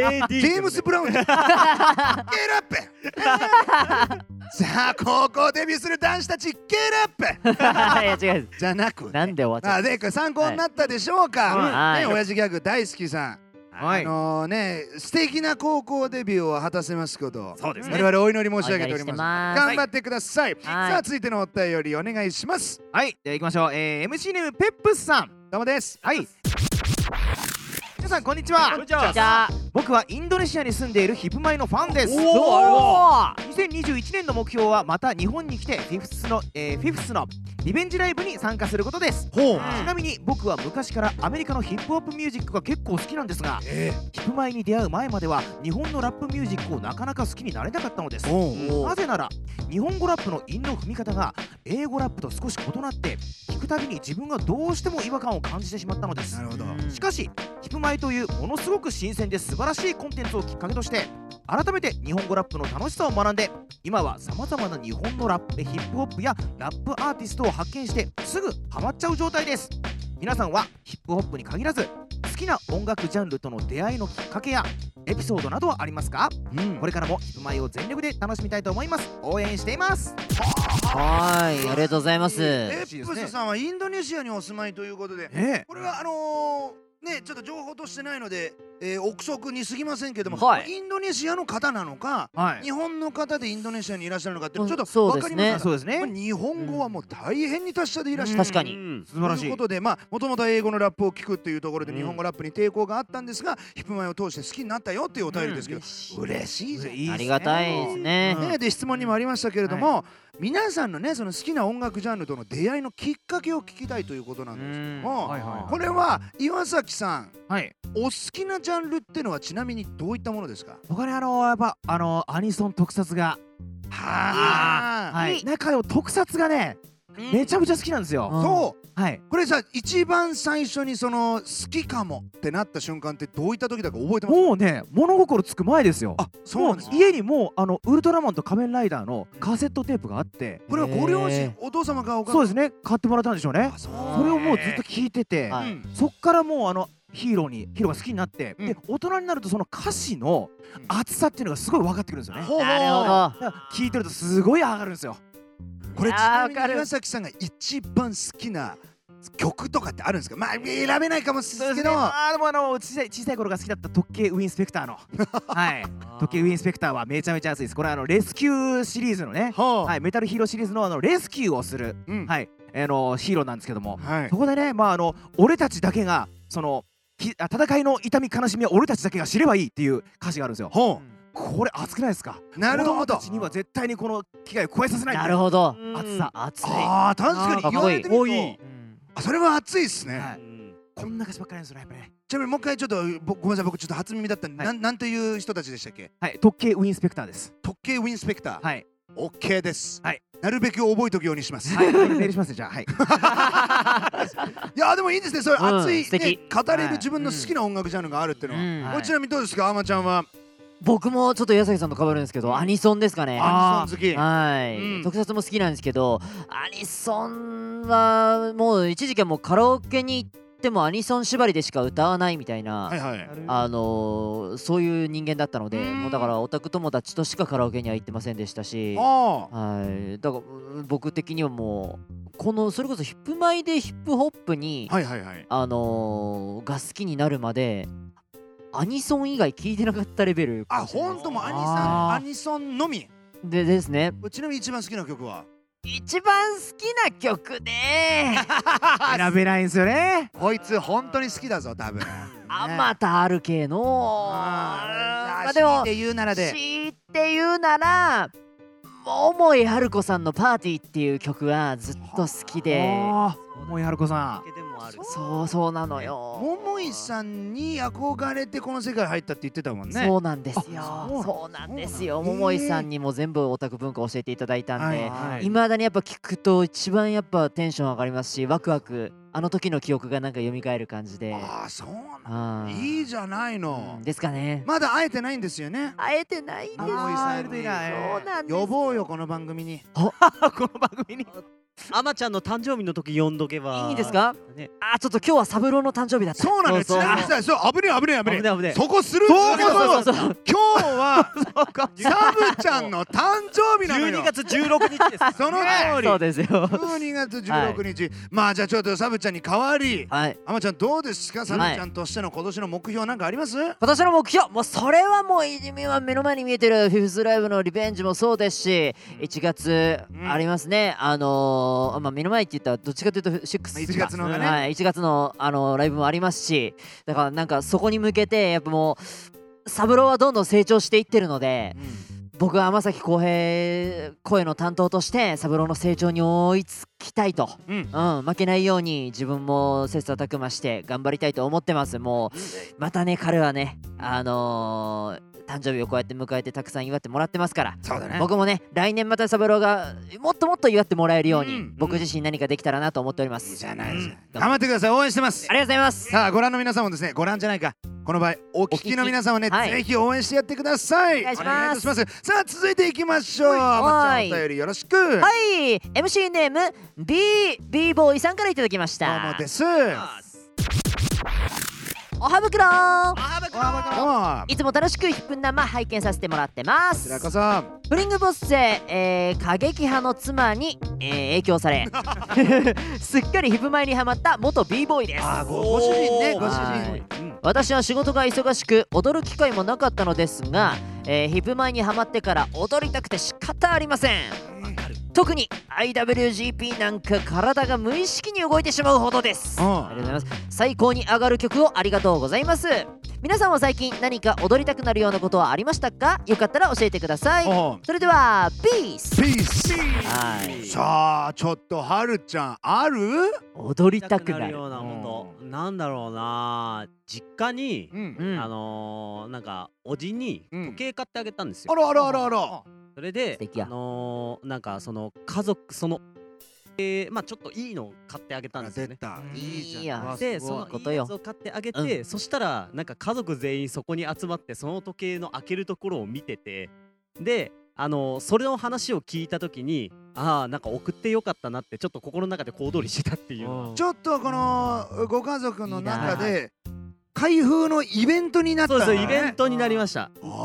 [SPEAKER 1] ェームス・ブラウン じゃんゲッラップさあ高校デビューする男子たちゲッラップ
[SPEAKER 2] いや違う
[SPEAKER 1] じゃなく
[SPEAKER 2] なんで終わ
[SPEAKER 1] あ
[SPEAKER 2] っちゃっ
[SPEAKER 1] でこれ参考になったでしょうか、
[SPEAKER 2] はい
[SPEAKER 1] ね
[SPEAKER 2] はい
[SPEAKER 1] 親父ギャグ大好きさん
[SPEAKER 4] は
[SPEAKER 1] あのね素敵な高校デビューを果たせますことを
[SPEAKER 3] そうですね
[SPEAKER 1] 我々お祈り申し上げております
[SPEAKER 2] お祈りしてます
[SPEAKER 1] 頑張ってください、
[SPEAKER 2] はい
[SPEAKER 1] さあ続いてのお便りお願いします
[SPEAKER 4] はいでは行きましょうえー MC ネームペップスさん
[SPEAKER 1] どうもです
[SPEAKER 4] はい皆さんこんにちは
[SPEAKER 3] じゃ
[SPEAKER 2] たじゃあ
[SPEAKER 4] 僕はインドネシアに住んでいるヒプマイのファンです
[SPEAKER 2] おー
[SPEAKER 4] 2021年の目標はまた日本に来てフィフスの、えーフィフスのリベンジライブに参加することです
[SPEAKER 1] ほう
[SPEAKER 4] ちなみに僕は昔からアメリカのヒップホップミュージックが結構好きなんですが
[SPEAKER 1] え
[SPEAKER 4] ヒップマイに出会う前までは日本のラップミュージックをなかなか好きになれなかったのです
[SPEAKER 1] ほう
[SPEAKER 4] なぜなら日本語ラップの韻の踏み方が英語ラップと少し異なって聞くたびに自分がどうしても違和感を感じてしまったのです
[SPEAKER 1] なるほど
[SPEAKER 4] しかしヒプマイというものすごく新鮮で素晴らしいコンテンツをきっかけとして改めて日本語ラップの楽しさを学んで今はさまざまな日本のラップヒップホップやラップアーティストを発見してすぐハマっちゃう状態です皆さんはヒップホップに限らず好きな音楽ジャンルとの出会いのきっかけやエピソードなどはありますか
[SPEAKER 1] うん
[SPEAKER 4] これからもヒプマイを全力で楽しみたいと思います応援しています
[SPEAKER 2] はーいありがとうございます
[SPEAKER 1] エップスさんはインドネシアにお住まいということで
[SPEAKER 4] え
[SPEAKER 1] これはあのーねちょっと情報としてないので、えー、憶測に過ぎませんけども、
[SPEAKER 2] はい
[SPEAKER 1] インドネシアの方なのか
[SPEAKER 4] は
[SPEAKER 1] 日本の方でインドネシアにいらっしゃるのかってちょ
[SPEAKER 2] う
[SPEAKER 1] っ
[SPEAKER 2] ん
[SPEAKER 1] と
[SPEAKER 2] そう
[SPEAKER 1] わ
[SPEAKER 2] で
[SPEAKER 1] か
[SPEAKER 2] す
[SPEAKER 1] り
[SPEAKER 2] ね
[SPEAKER 1] ませんが
[SPEAKER 4] そうです
[SPEAKER 1] まあ
[SPEAKER 4] ね
[SPEAKER 1] 日本語はもう大変に達者でいらっしゃる
[SPEAKER 2] 確かに
[SPEAKER 3] うん
[SPEAKER 4] 素晴ら
[SPEAKER 1] と
[SPEAKER 4] し
[SPEAKER 1] いう
[SPEAKER 4] い
[SPEAKER 1] ことでまあもともとは英語のラップを聞くっていうところで
[SPEAKER 3] うん
[SPEAKER 1] 日本語ラップに抵抗があったんですが、ヒップマイを通して好きになったよっていうお便りですけど、嬉しいじゃん
[SPEAKER 4] いいっすね
[SPEAKER 2] ありがたいですね
[SPEAKER 1] ね、で質問にもありましたけれども、皆さんのねその好きな音楽ジャンルとの出会いのきっかけを聞きたいということなんですけども、
[SPEAKER 4] はいはい
[SPEAKER 1] これは岩崎さん
[SPEAKER 4] はい
[SPEAKER 1] お好きなジャンルってのはちなみにどういったものですか
[SPEAKER 4] 僕はねあのやっぱあのアニソン特撮が、
[SPEAKER 1] は
[SPEAKER 4] はい、中でも特撮がね、
[SPEAKER 1] うん
[SPEAKER 4] めちゃめちゃ好きなんですよ、
[SPEAKER 1] そう
[SPEAKER 4] はい
[SPEAKER 1] これさ一番最初にその好きかもってなった瞬間ってどういった時だか覚えてます
[SPEAKER 4] もうね物心つく前ですよ
[SPEAKER 1] あそうなんです
[SPEAKER 4] も家にもうあのウルトラマンと仮面ライダーのカセットテープがあって、
[SPEAKER 1] これはご両
[SPEAKER 2] へ
[SPEAKER 1] 親
[SPEAKER 2] ー
[SPEAKER 1] お父様かお母
[SPEAKER 4] そ
[SPEAKER 1] 様
[SPEAKER 4] うですね買ってもらったんでしょうね
[SPEAKER 1] あそう
[SPEAKER 4] それをもうずっと聞いてて、
[SPEAKER 2] はい
[SPEAKER 1] うん
[SPEAKER 4] そっからもうあのヒーローにヒーローが好きになって、
[SPEAKER 1] うん
[SPEAKER 4] で大人になるとその歌詞の厚さっていうのがすごい分かってくるんですよね
[SPEAKER 1] ほうほう
[SPEAKER 2] なるほど
[SPEAKER 4] だから聞いてるとすごい上がるんですよ
[SPEAKER 1] これち
[SPEAKER 2] あー
[SPEAKER 1] なみ
[SPEAKER 2] わか
[SPEAKER 1] に
[SPEAKER 2] る
[SPEAKER 1] 岩崎さんが一番好きな曲とかってあるんですかまあ選べないかもしれないですけど
[SPEAKER 4] あーでもあの小さい小さい頃が好きだった特警ウィンスペクタ ーのはい特警ウィンスペクターはめちゃめちゃ熱いですこれあのレスキューシリーズのね
[SPEAKER 1] ほう
[SPEAKER 4] はいメタルヒーローシリーズのあのレスキューをする
[SPEAKER 1] うん
[SPEAKER 4] はいあのヒーローなんですけども
[SPEAKER 1] はい
[SPEAKER 4] そこでねまああの俺たちだけがそのきあ戦いの痛み悲しみは俺たちだけが知ればいいっていう歌詞があるんですよ
[SPEAKER 1] ほ
[SPEAKER 4] これ熱くないですか
[SPEAKER 1] うなるほ
[SPEAKER 4] 子供
[SPEAKER 1] ど
[SPEAKER 4] たちには絶対にこの機会を超えさせない
[SPEAKER 2] なるほど
[SPEAKER 4] 熱さ
[SPEAKER 2] 熱い
[SPEAKER 1] あー確かに
[SPEAKER 2] あー
[SPEAKER 1] 言われてみる
[SPEAKER 2] かっ
[SPEAKER 1] と
[SPEAKER 2] こいい
[SPEAKER 1] あそれは熱いですね、
[SPEAKER 4] はい
[SPEAKER 3] うん
[SPEAKER 4] こんな歌詞ばっかりなんですよねやっぱりね
[SPEAKER 1] ちなみにもう一回ちょっとぼごめんなさい僕ちょっと初耳だったんで、
[SPEAKER 4] はい
[SPEAKER 1] なんなんていう人たちでしたっけ
[SPEAKER 4] はい特警ウィンスペクターです
[SPEAKER 1] 特警ウィンスペクター、
[SPEAKER 4] はい
[SPEAKER 1] オッケーです、
[SPEAKER 4] はい
[SPEAKER 1] なるべく覚えとくようにします、、
[SPEAKER 4] はいい、メールしますね、じゃあ、はい。
[SPEAKER 1] やーでもいいですねそれ
[SPEAKER 2] うん
[SPEAKER 1] 熱い、
[SPEAKER 2] 素
[SPEAKER 1] ね
[SPEAKER 2] 敵
[SPEAKER 1] 語れる
[SPEAKER 4] はい
[SPEAKER 1] 自分の好きな音楽ジャンルがあるっていうのは、
[SPEAKER 2] うん
[SPEAKER 1] これちなみにどうですかあまちゃんは
[SPEAKER 2] 僕もちょっと矢崎さんと被るんですけどアニソンですかね
[SPEAKER 1] アニソン好き
[SPEAKER 2] はい、
[SPEAKER 1] うん
[SPEAKER 2] 特撮も好きなんですけどアニソンはもう一時期はもうカラオケに行ってもアニソン縛りでしか歌わないみたいな、
[SPEAKER 1] はいはい
[SPEAKER 2] あのーそういう人間だったのでもうだからオタク友達としかカラオケには行ってませんでしたし。
[SPEAKER 1] ああ
[SPEAKER 2] はい、だからうん僕的にはもうこのそれこそヒップマイでヒップホップに、
[SPEAKER 1] はいはいはい
[SPEAKER 2] あのーが好きになるまでアニソン以外聞いてなかったレベルか
[SPEAKER 1] あ
[SPEAKER 2] もしれない
[SPEAKER 1] 本当もうアニソン
[SPEAKER 4] あー
[SPEAKER 1] アニソンのみ
[SPEAKER 2] でですね
[SPEAKER 1] ちなみに一番好きな曲は
[SPEAKER 2] 一番好きな曲 ね
[SPEAKER 4] 選べないんですよね。
[SPEAKER 1] こいつ本当に好きだぞ多分
[SPEAKER 2] あまたある系のまあで
[SPEAKER 1] 強い
[SPEAKER 2] も
[SPEAKER 1] て言うならで
[SPEAKER 2] 強いて言うなら桃井春子さんの「パーティー」っていう曲はずっと好きで
[SPEAKER 4] あー、桃井春子さん。
[SPEAKER 3] でもある
[SPEAKER 2] そうそうなのよ
[SPEAKER 1] 桃井さんに憧れてこの世界入ったって言ってたもんね
[SPEAKER 2] そうなんですよ
[SPEAKER 4] あ
[SPEAKER 2] そう
[SPEAKER 4] そ
[SPEAKER 2] なんですよ
[SPEAKER 1] そうなんだ
[SPEAKER 2] 桃井さんにも全部オタク文化を教えていただいたんで、
[SPEAKER 1] はい
[SPEAKER 2] まだにやっぱ聞くと一番やっぱテンション上がりますしワクワクあの時の記憶がなんか蘇る感じで
[SPEAKER 1] ああそうなん
[SPEAKER 2] あ
[SPEAKER 1] いいじゃない
[SPEAKER 2] ゃ
[SPEAKER 1] の
[SPEAKER 2] ですかね
[SPEAKER 1] まだ会えてないんですよね
[SPEAKER 2] 会えてないんですよ
[SPEAKER 1] 桃井さんに
[SPEAKER 2] そうなんです
[SPEAKER 1] 呼ぼうよこの番組に
[SPEAKER 4] あ、この番組に。
[SPEAKER 3] アマちゃんの誕生日の時呼んどけば
[SPEAKER 2] いいですか
[SPEAKER 3] ね
[SPEAKER 2] あーちょっと今日は三郎の誕生日だった
[SPEAKER 1] そうなのよち
[SPEAKER 2] そう
[SPEAKER 1] なみにさそう危ねえ危ねえ危ね
[SPEAKER 3] 危ない危な
[SPEAKER 1] え
[SPEAKER 3] い
[SPEAKER 1] そこする
[SPEAKER 4] そう
[SPEAKER 2] そうそうそうそう
[SPEAKER 1] 今日は
[SPEAKER 4] そうか。
[SPEAKER 1] サブちゃんの誕生日な のよ
[SPEAKER 3] 12月16日です
[SPEAKER 1] その
[SPEAKER 2] はい
[SPEAKER 1] 通
[SPEAKER 2] そ
[SPEAKER 1] り
[SPEAKER 2] うですよ
[SPEAKER 1] 12月16日、まあじゃあちょっとサブちゃんに代わり
[SPEAKER 2] はい
[SPEAKER 1] あまちゃんどうですかサブちゃんとしての今年の目標なんかあります、
[SPEAKER 2] 今年の目標もうそれはもういじめは目の前に見えてるフィフスライブのリベンジもそうですし1月
[SPEAKER 1] うん
[SPEAKER 2] ありますね、あのーまあ、目の前って言ったらどっちかというと6
[SPEAKER 1] 1月のがね
[SPEAKER 2] はい、1月の、あのーライブもありますしだからなんかそこに向けてやっぱもうサブローはどんどん成長していってるので
[SPEAKER 1] うん
[SPEAKER 2] 僕は天崎浩平声の担当として三郎の成長に追いつきたいと、
[SPEAKER 1] うん
[SPEAKER 2] 負けないように自分も切磋琢磨して頑張りたいと思ってますもうまたね彼はねあのー誕生日をこうやって迎えてたくさん祝ってもらってますから
[SPEAKER 1] そうだね
[SPEAKER 2] 僕もね来年また三郎がもっともっと祝ってもらえるよう
[SPEAKER 1] う
[SPEAKER 2] に、
[SPEAKER 1] ん
[SPEAKER 2] 僕自身何かできたらなと思っております
[SPEAKER 1] いいじゃないじゃない
[SPEAKER 2] うん
[SPEAKER 1] 頑張ってください応援してます
[SPEAKER 2] ありがとうございます
[SPEAKER 1] さあご覧の皆さんもですねご覧じゃないかこの場合お聞きの皆さんをね、
[SPEAKER 2] お聞きはい
[SPEAKER 1] ぜひ応援してやってください
[SPEAKER 2] お願いします
[SPEAKER 1] たしますさあ続いていきましょうまっ
[SPEAKER 2] は
[SPEAKER 1] ち
[SPEAKER 2] い
[SPEAKER 1] ゃんお便りよろしく
[SPEAKER 2] はいい MC ネーム B B ボーイさんからいただきまし
[SPEAKER 1] ど
[SPEAKER 2] た
[SPEAKER 1] うもです
[SPEAKER 2] おはぶくろ
[SPEAKER 1] どうも
[SPEAKER 2] いつも楽しくひっぷん生拝見させてもらってま
[SPEAKER 1] こち
[SPEAKER 2] す
[SPEAKER 1] らこそあ
[SPEAKER 2] フリングボッセ、えー、過激派の妻に、えー影響 されすっかりヒプマイにハマった元 b ボーイです
[SPEAKER 1] ーごご主人ねご
[SPEAKER 2] おー
[SPEAKER 1] 主
[SPEAKER 2] は
[SPEAKER 1] 人
[SPEAKER 2] い私は仕事が忙しく踊る機会もなかったのですが、えーヒップマイにハマってから踊りたくて仕方ありません特に IWGP なんか体が無意識に動いてしまうほどです
[SPEAKER 1] うん
[SPEAKER 2] ありがとうございます最高に上がる曲をありがとうございます皆さんは最近何か踊りたくなるようなことはありましたかよかったら教えてください
[SPEAKER 1] おう
[SPEAKER 2] それではピース
[SPEAKER 1] ピース
[SPEAKER 2] はい
[SPEAKER 1] さあちょっとはるちゃんある
[SPEAKER 2] 踊りたくなる
[SPEAKER 3] ようなことなんだろうな実家に
[SPEAKER 1] うん
[SPEAKER 2] うん
[SPEAKER 3] あのーなんかおじに
[SPEAKER 1] うん
[SPEAKER 3] 時計買ってあげたんですよ
[SPEAKER 1] あらあらあらあら
[SPEAKER 3] それで
[SPEAKER 2] 素敵や
[SPEAKER 3] あのーなんかその家族そのえーまあちょっといいのを買ってあげたんですよ
[SPEAKER 1] 出
[SPEAKER 3] ね
[SPEAKER 1] た
[SPEAKER 4] うん
[SPEAKER 1] いいじゃん
[SPEAKER 2] いいや
[SPEAKER 1] うわ
[SPEAKER 3] ですそ
[SPEAKER 1] ごい
[SPEAKER 3] の
[SPEAKER 2] こ
[SPEAKER 3] い
[SPEAKER 2] と
[SPEAKER 3] い
[SPEAKER 2] よ
[SPEAKER 3] やつを買ってあげて、そしたらなんか家族全員そこに集まってその時計の開けるところを見ててであのそれの話を聞いた時にああなんか送ってよかったなってちょっと心の中で小躍りしてたっていうの
[SPEAKER 1] ちょっとこのご家族の中
[SPEAKER 2] いい
[SPEAKER 1] で開封のイベントになった
[SPEAKER 3] そうんで
[SPEAKER 1] だ
[SPEAKER 3] す
[SPEAKER 1] ね
[SPEAKER 3] イベントになりました
[SPEAKER 1] あ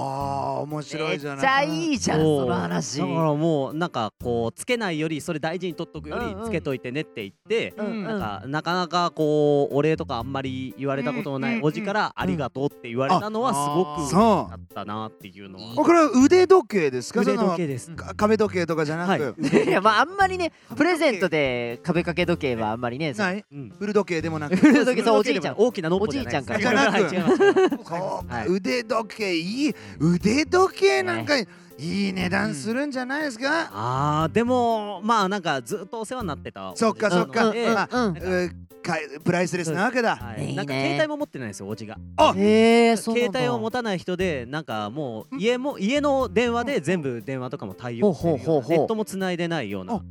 [SPEAKER 1] あ面白
[SPEAKER 2] め
[SPEAKER 1] い
[SPEAKER 2] っ
[SPEAKER 1] じ
[SPEAKER 2] ち
[SPEAKER 1] ゃない
[SPEAKER 2] ゃいいじゃん
[SPEAKER 3] そう
[SPEAKER 2] その話
[SPEAKER 3] だからもうなんかこうつけないよりそれ大事に取っとくよ
[SPEAKER 2] うんうん
[SPEAKER 3] りつけといてねって言って、
[SPEAKER 2] うんうん
[SPEAKER 3] なんかなかなかこうお礼とかあんまり言われたことのな
[SPEAKER 1] うん
[SPEAKER 3] い
[SPEAKER 1] うん
[SPEAKER 3] おじからありがとうって言われたのは
[SPEAKER 1] あ
[SPEAKER 3] すごく
[SPEAKER 1] そ
[SPEAKER 3] あったなっていうのは
[SPEAKER 1] うこれは腕時計ですか
[SPEAKER 3] 腕
[SPEAKER 1] その
[SPEAKER 3] 時計です
[SPEAKER 1] か壁時計とかじゃなく、
[SPEAKER 3] はい
[SPEAKER 2] いやまああんまりねプレゼントで壁掛け時計はあんまりね
[SPEAKER 1] ない
[SPEAKER 3] うん
[SPEAKER 1] フル時計で もなく
[SPEAKER 2] フル時計そうおじいちゃん
[SPEAKER 3] 大きなノッポじゃないです
[SPEAKER 2] おじい
[SPEAKER 1] ちゃんから
[SPEAKER 3] はい違います
[SPEAKER 1] そうか
[SPEAKER 3] はい
[SPEAKER 1] 腕時計いい腕時計なんかいい値段するんじゃないですか、
[SPEAKER 3] あーでもまあなんかずっとお世話になってた
[SPEAKER 1] そっかそっか
[SPEAKER 3] おじなので
[SPEAKER 2] うんうん
[SPEAKER 1] うーかプライスレスなわけだ
[SPEAKER 3] はい
[SPEAKER 2] いいね
[SPEAKER 3] なんか携帯も持ってないんですよおじが
[SPEAKER 2] へえそうな
[SPEAKER 3] 携
[SPEAKER 2] んだ
[SPEAKER 3] 帯を持たない人でなんかもう家も家の電話で全部電話とかも対
[SPEAKER 2] ほう
[SPEAKER 3] 応
[SPEAKER 2] ほうほうほう
[SPEAKER 3] ネットも繋いでないよう
[SPEAKER 1] あ
[SPEAKER 3] な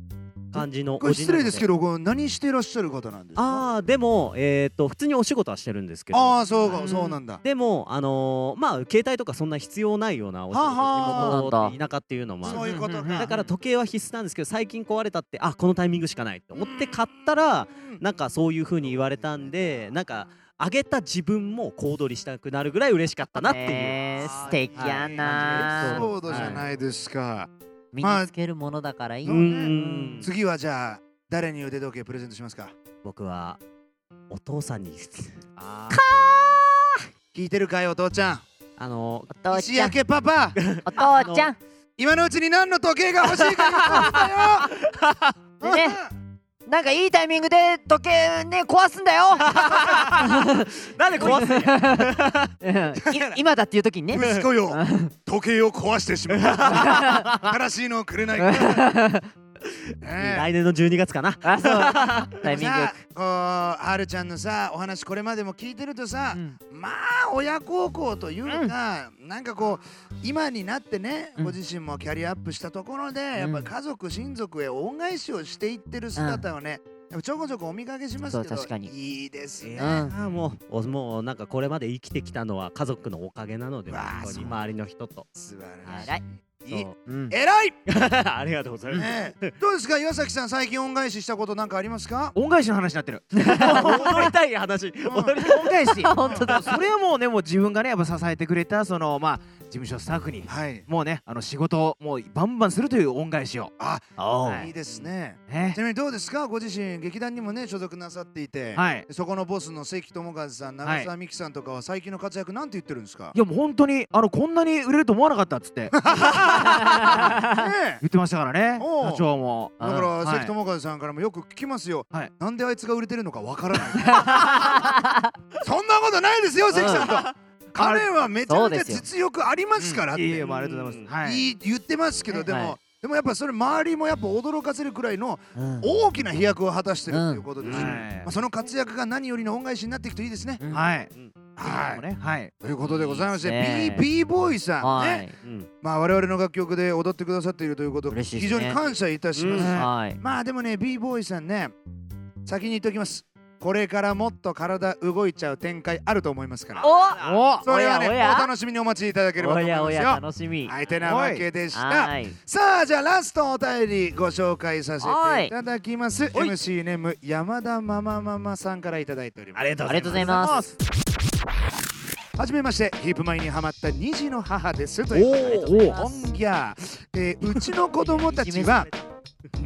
[SPEAKER 3] 感じの
[SPEAKER 1] これ失礼ですけ
[SPEAKER 3] ど
[SPEAKER 1] どこれ何してらっしゃる方なんですか
[SPEAKER 3] ああでもえっと普通にお仕事はしてるんですけど
[SPEAKER 1] あーそう
[SPEAKER 3] は
[SPEAKER 1] か
[SPEAKER 3] い
[SPEAKER 1] そうなんだ
[SPEAKER 3] でもあのーまあ携帯とかそんな必要ないようなお仕
[SPEAKER 1] はあは
[SPEAKER 2] あ
[SPEAKER 3] 事地
[SPEAKER 2] そうな
[SPEAKER 3] 元
[SPEAKER 2] ん
[SPEAKER 3] 田舎っていうのもある
[SPEAKER 1] そういうこと
[SPEAKER 2] うんうんうん
[SPEAKER 1] か
[SPEAKER 3] だから時計は必須なんですけど最近壊れたってあこのタイミングしかないって思って買ったらなんかそういう風に言われたんでなんかあげた自分も小躍りしたくなるぐらい嬉しかったなっていう、
[SPEAKER 2] えー素敵や
[SPEAKER 1] エピ
[SPEAKER 2] な
[SPEAKER 1] ソードじゃないですか、
[SPEAKER 2] 身につけるものだからいい
[SPEAKER 1] ま
[SPEAKER 2] ね
[SPEAKER 1] あ
[SPEAKER 3] うん
[SPEAKER 1] 次はじゃあ誰に腕時計プレゼントしますか
[SPEAKER 3] 僕はお父さんに
[SPEAKER 4] あ
[SPEAKER 1] 聞いてるかいお父ちゃん
[SPEAKER 3] あの
[SPEAKER 2] お父
[SPEAKER 1] 石
[SPEAKER 2] ちゃん
[SPEAKER 1] 焼けパパ
[SPEAKER 2] お父ちゃん
[SPEAKER 1] 今のうちに何の時計が欲しいか言
[SPEAKER 2] で
[SPEAKER 1] ってみたよ
[SPEAKER 2] ねなんかいいタイミングで時計ね壊すんだよ
[SPEAKER 3] なんで壊す んや
[SPEAKER 2] うんい今だっていう時にね
[SPEAKER 1] 息子よ時計を壊してしまった正しいのをくれないからねえ
[SPEAKER 3] 来年の12月かな
[SPEAKER 2] あ そうタイミングよ
[SPEAKER 1] さあこうはるちゃんのさお話これまでも聞いてるとさ、
[SPEAKER 2] くうん
[SPEAKER 1] まあ親孝行というか、なんかこう今になってね、
[SPEAKER 2] うん
[SPEAKER 1] ご自身もキャリアアップしたところで、やっぱ家族親族へ恩返しをしていってる姿をね、やっぱちょこちょこお見かけしますけど
[SPEAKER 2] そう確かに
[SPEAKER 1] いいですね、
[SPEAKER 2] うん
[SPEAKER 3] ああもうおもうなんかこれまで生きてきたのは家族のおかげなので
[SPEAKER 1] うわあ
[SPEAKER 3] 本当
[SPEAKER 1] そう
[SPEAKER 3] に周りの人と
[SPEAKER 1] 素晴
[SPEAKER 2] 偉
[SPEAKER 1] ら
[SPEAKER 2] い
[SPEAKER 1] しいい
[SPEAKER 3] そう
[SPEAKER 2] うん
[SPEAKER 1] 偉い、
[SPEAKER 3] ありがとうござ います
[SPEAKER 1] ねえ、どうですか岩崎さん最近恩返ししたことなんかありますか
[SPEAKER 4] 恩返しの話になってる
[SPEAKER 3] 踊りたい話踊り
[SPEAKER 4] 恩返し
[SPEAKER 2] 本当だ
[SPEAKER 4] それはもうねもう自分がねやっぱ支えてくれたそのまあ事務所スタッフに
[SPEAKER 1] はい
[SPEAKER 4] もうねあの仕事をもうバンバンするという恩返しを
[SPEAKER 1] あ
[SPEAKER 4] はい
[SPEAKER 1] いいですね
[SPEAKER 4] ね
[SPEAKER 1] ちなみにどうですかご自身劇団にもね所属なさっていて、
[SPEAKER 4] はい
[SPEAKER 1] そこのボスの関智和さん
[SPEAKER 4] はい
[SPEAKER 1] 長澤美樹さんとかは最近の活躍なんて言ってるんですか、
[SPEAKER 4] いやもう本当にあのこんなに売れると思わなかったっつって言
[SPEAKER 1] ねえ
[SPEAKER 4] ってましたからね
[SPEAKER 1] おう
[SPEAKER 4] 社長も
[SPEAKER 1] だから、
[SPEAKER 4] うん
[SPEAKER 1] 関智和さんからもよく聞きますよ、
[SPEAKER 4] はい
[SPEAKER 1] なんであいつが売れてるのかわからないそんなことないですよ関さんと彼はめちゃめちゃ実力ありますからっ
[SPEAKER 4] いえいえ
[SPEAKER 1] て
[SPEAKER 4] もうありがとうございます。はい。
[SPEAKER 1] いい言ってますけど
[SPEAKER 2] ね
[SPEAKER 1] で
[SPEAKER 2] は
[SPEAKER 1] もでもやっぱそれ周りもやっぱ驚かせるくらいの
[SPEAKER 2] うん
[SPEAKER 1] 大きな飛躍を果たしてるということですし
[SPEAKER 4] うん
[SPEAKER 1] まあその活躍が何よりの恩返しになっていくといいですね。
[SPEAKER 2] うん
[SPEAKER 4] はい。
[SPEAKER 1] は
[SPEAKER 4] も
[SPEAKER 1] い
[SPEAKER 4] ねはい。
[SPEAKER 1] ということでございまして
[SPEAKER 2] いいですね
[SPEAKER 1] BB ボーイさん
[SPEAKER 2] は
[SPEAKER 1] ね
[SPEAKER 2] い
[SPEAKER 3] うん
[SPEAKER 1] まあ我々の楽曲で踊ってくださっているということ
[SPEAKER 2] 嬉しいで
[SPEAKER 1] 非
[SPEAKER 2] すね
[SPEAKER 1] 常に感謝いたします
[SPEAKER 3] う。ん
[SPEAKER 2] はい
[SPEAKER 1] まあでもね b ボーイさんね先に言っておきますこれからもっと体動いちゃう展開あると思いますから
[SPEAKER 2] お
[SPEAKER 1] それはね
[SPEAKER 2] お
[SPEAKER 1] お
[SPEAKER 2] や
[SPEAKER 1] 楽しみにお待ちいただければ
[SPEAKER 2] お
[SPEAKER 1] と思い
[SPEAKER 2] やお
[SPEAKER 1] ます
[SPEAKER 2] や
[SPEAKER 1] よ
[SPEAKER 2] 楽しみ
[SPEAKER 1] はいてなわけでした
[SPEAKER 2] はい
[SPEAKER 1] さあじゃあラストお便りご紹介させ
[SPEAKER 2] は
[SPEAKER 1] て
[SPEAKER 2] い
[SPEAKER 1] いただきます MC ネーム山田ママママさんからいただいております
[SPEAKER 4] りが
[SPEAKER 2] ありがとうございます
[SPEAKER 1] はじめましてヒープマイにハマった二児の母ですという
[SPEAKER 2] お
[SPEAKER 3] お
[SPEAKER 2] ー
[SPEAKER 1] オンギャー、えーうちの子供たちは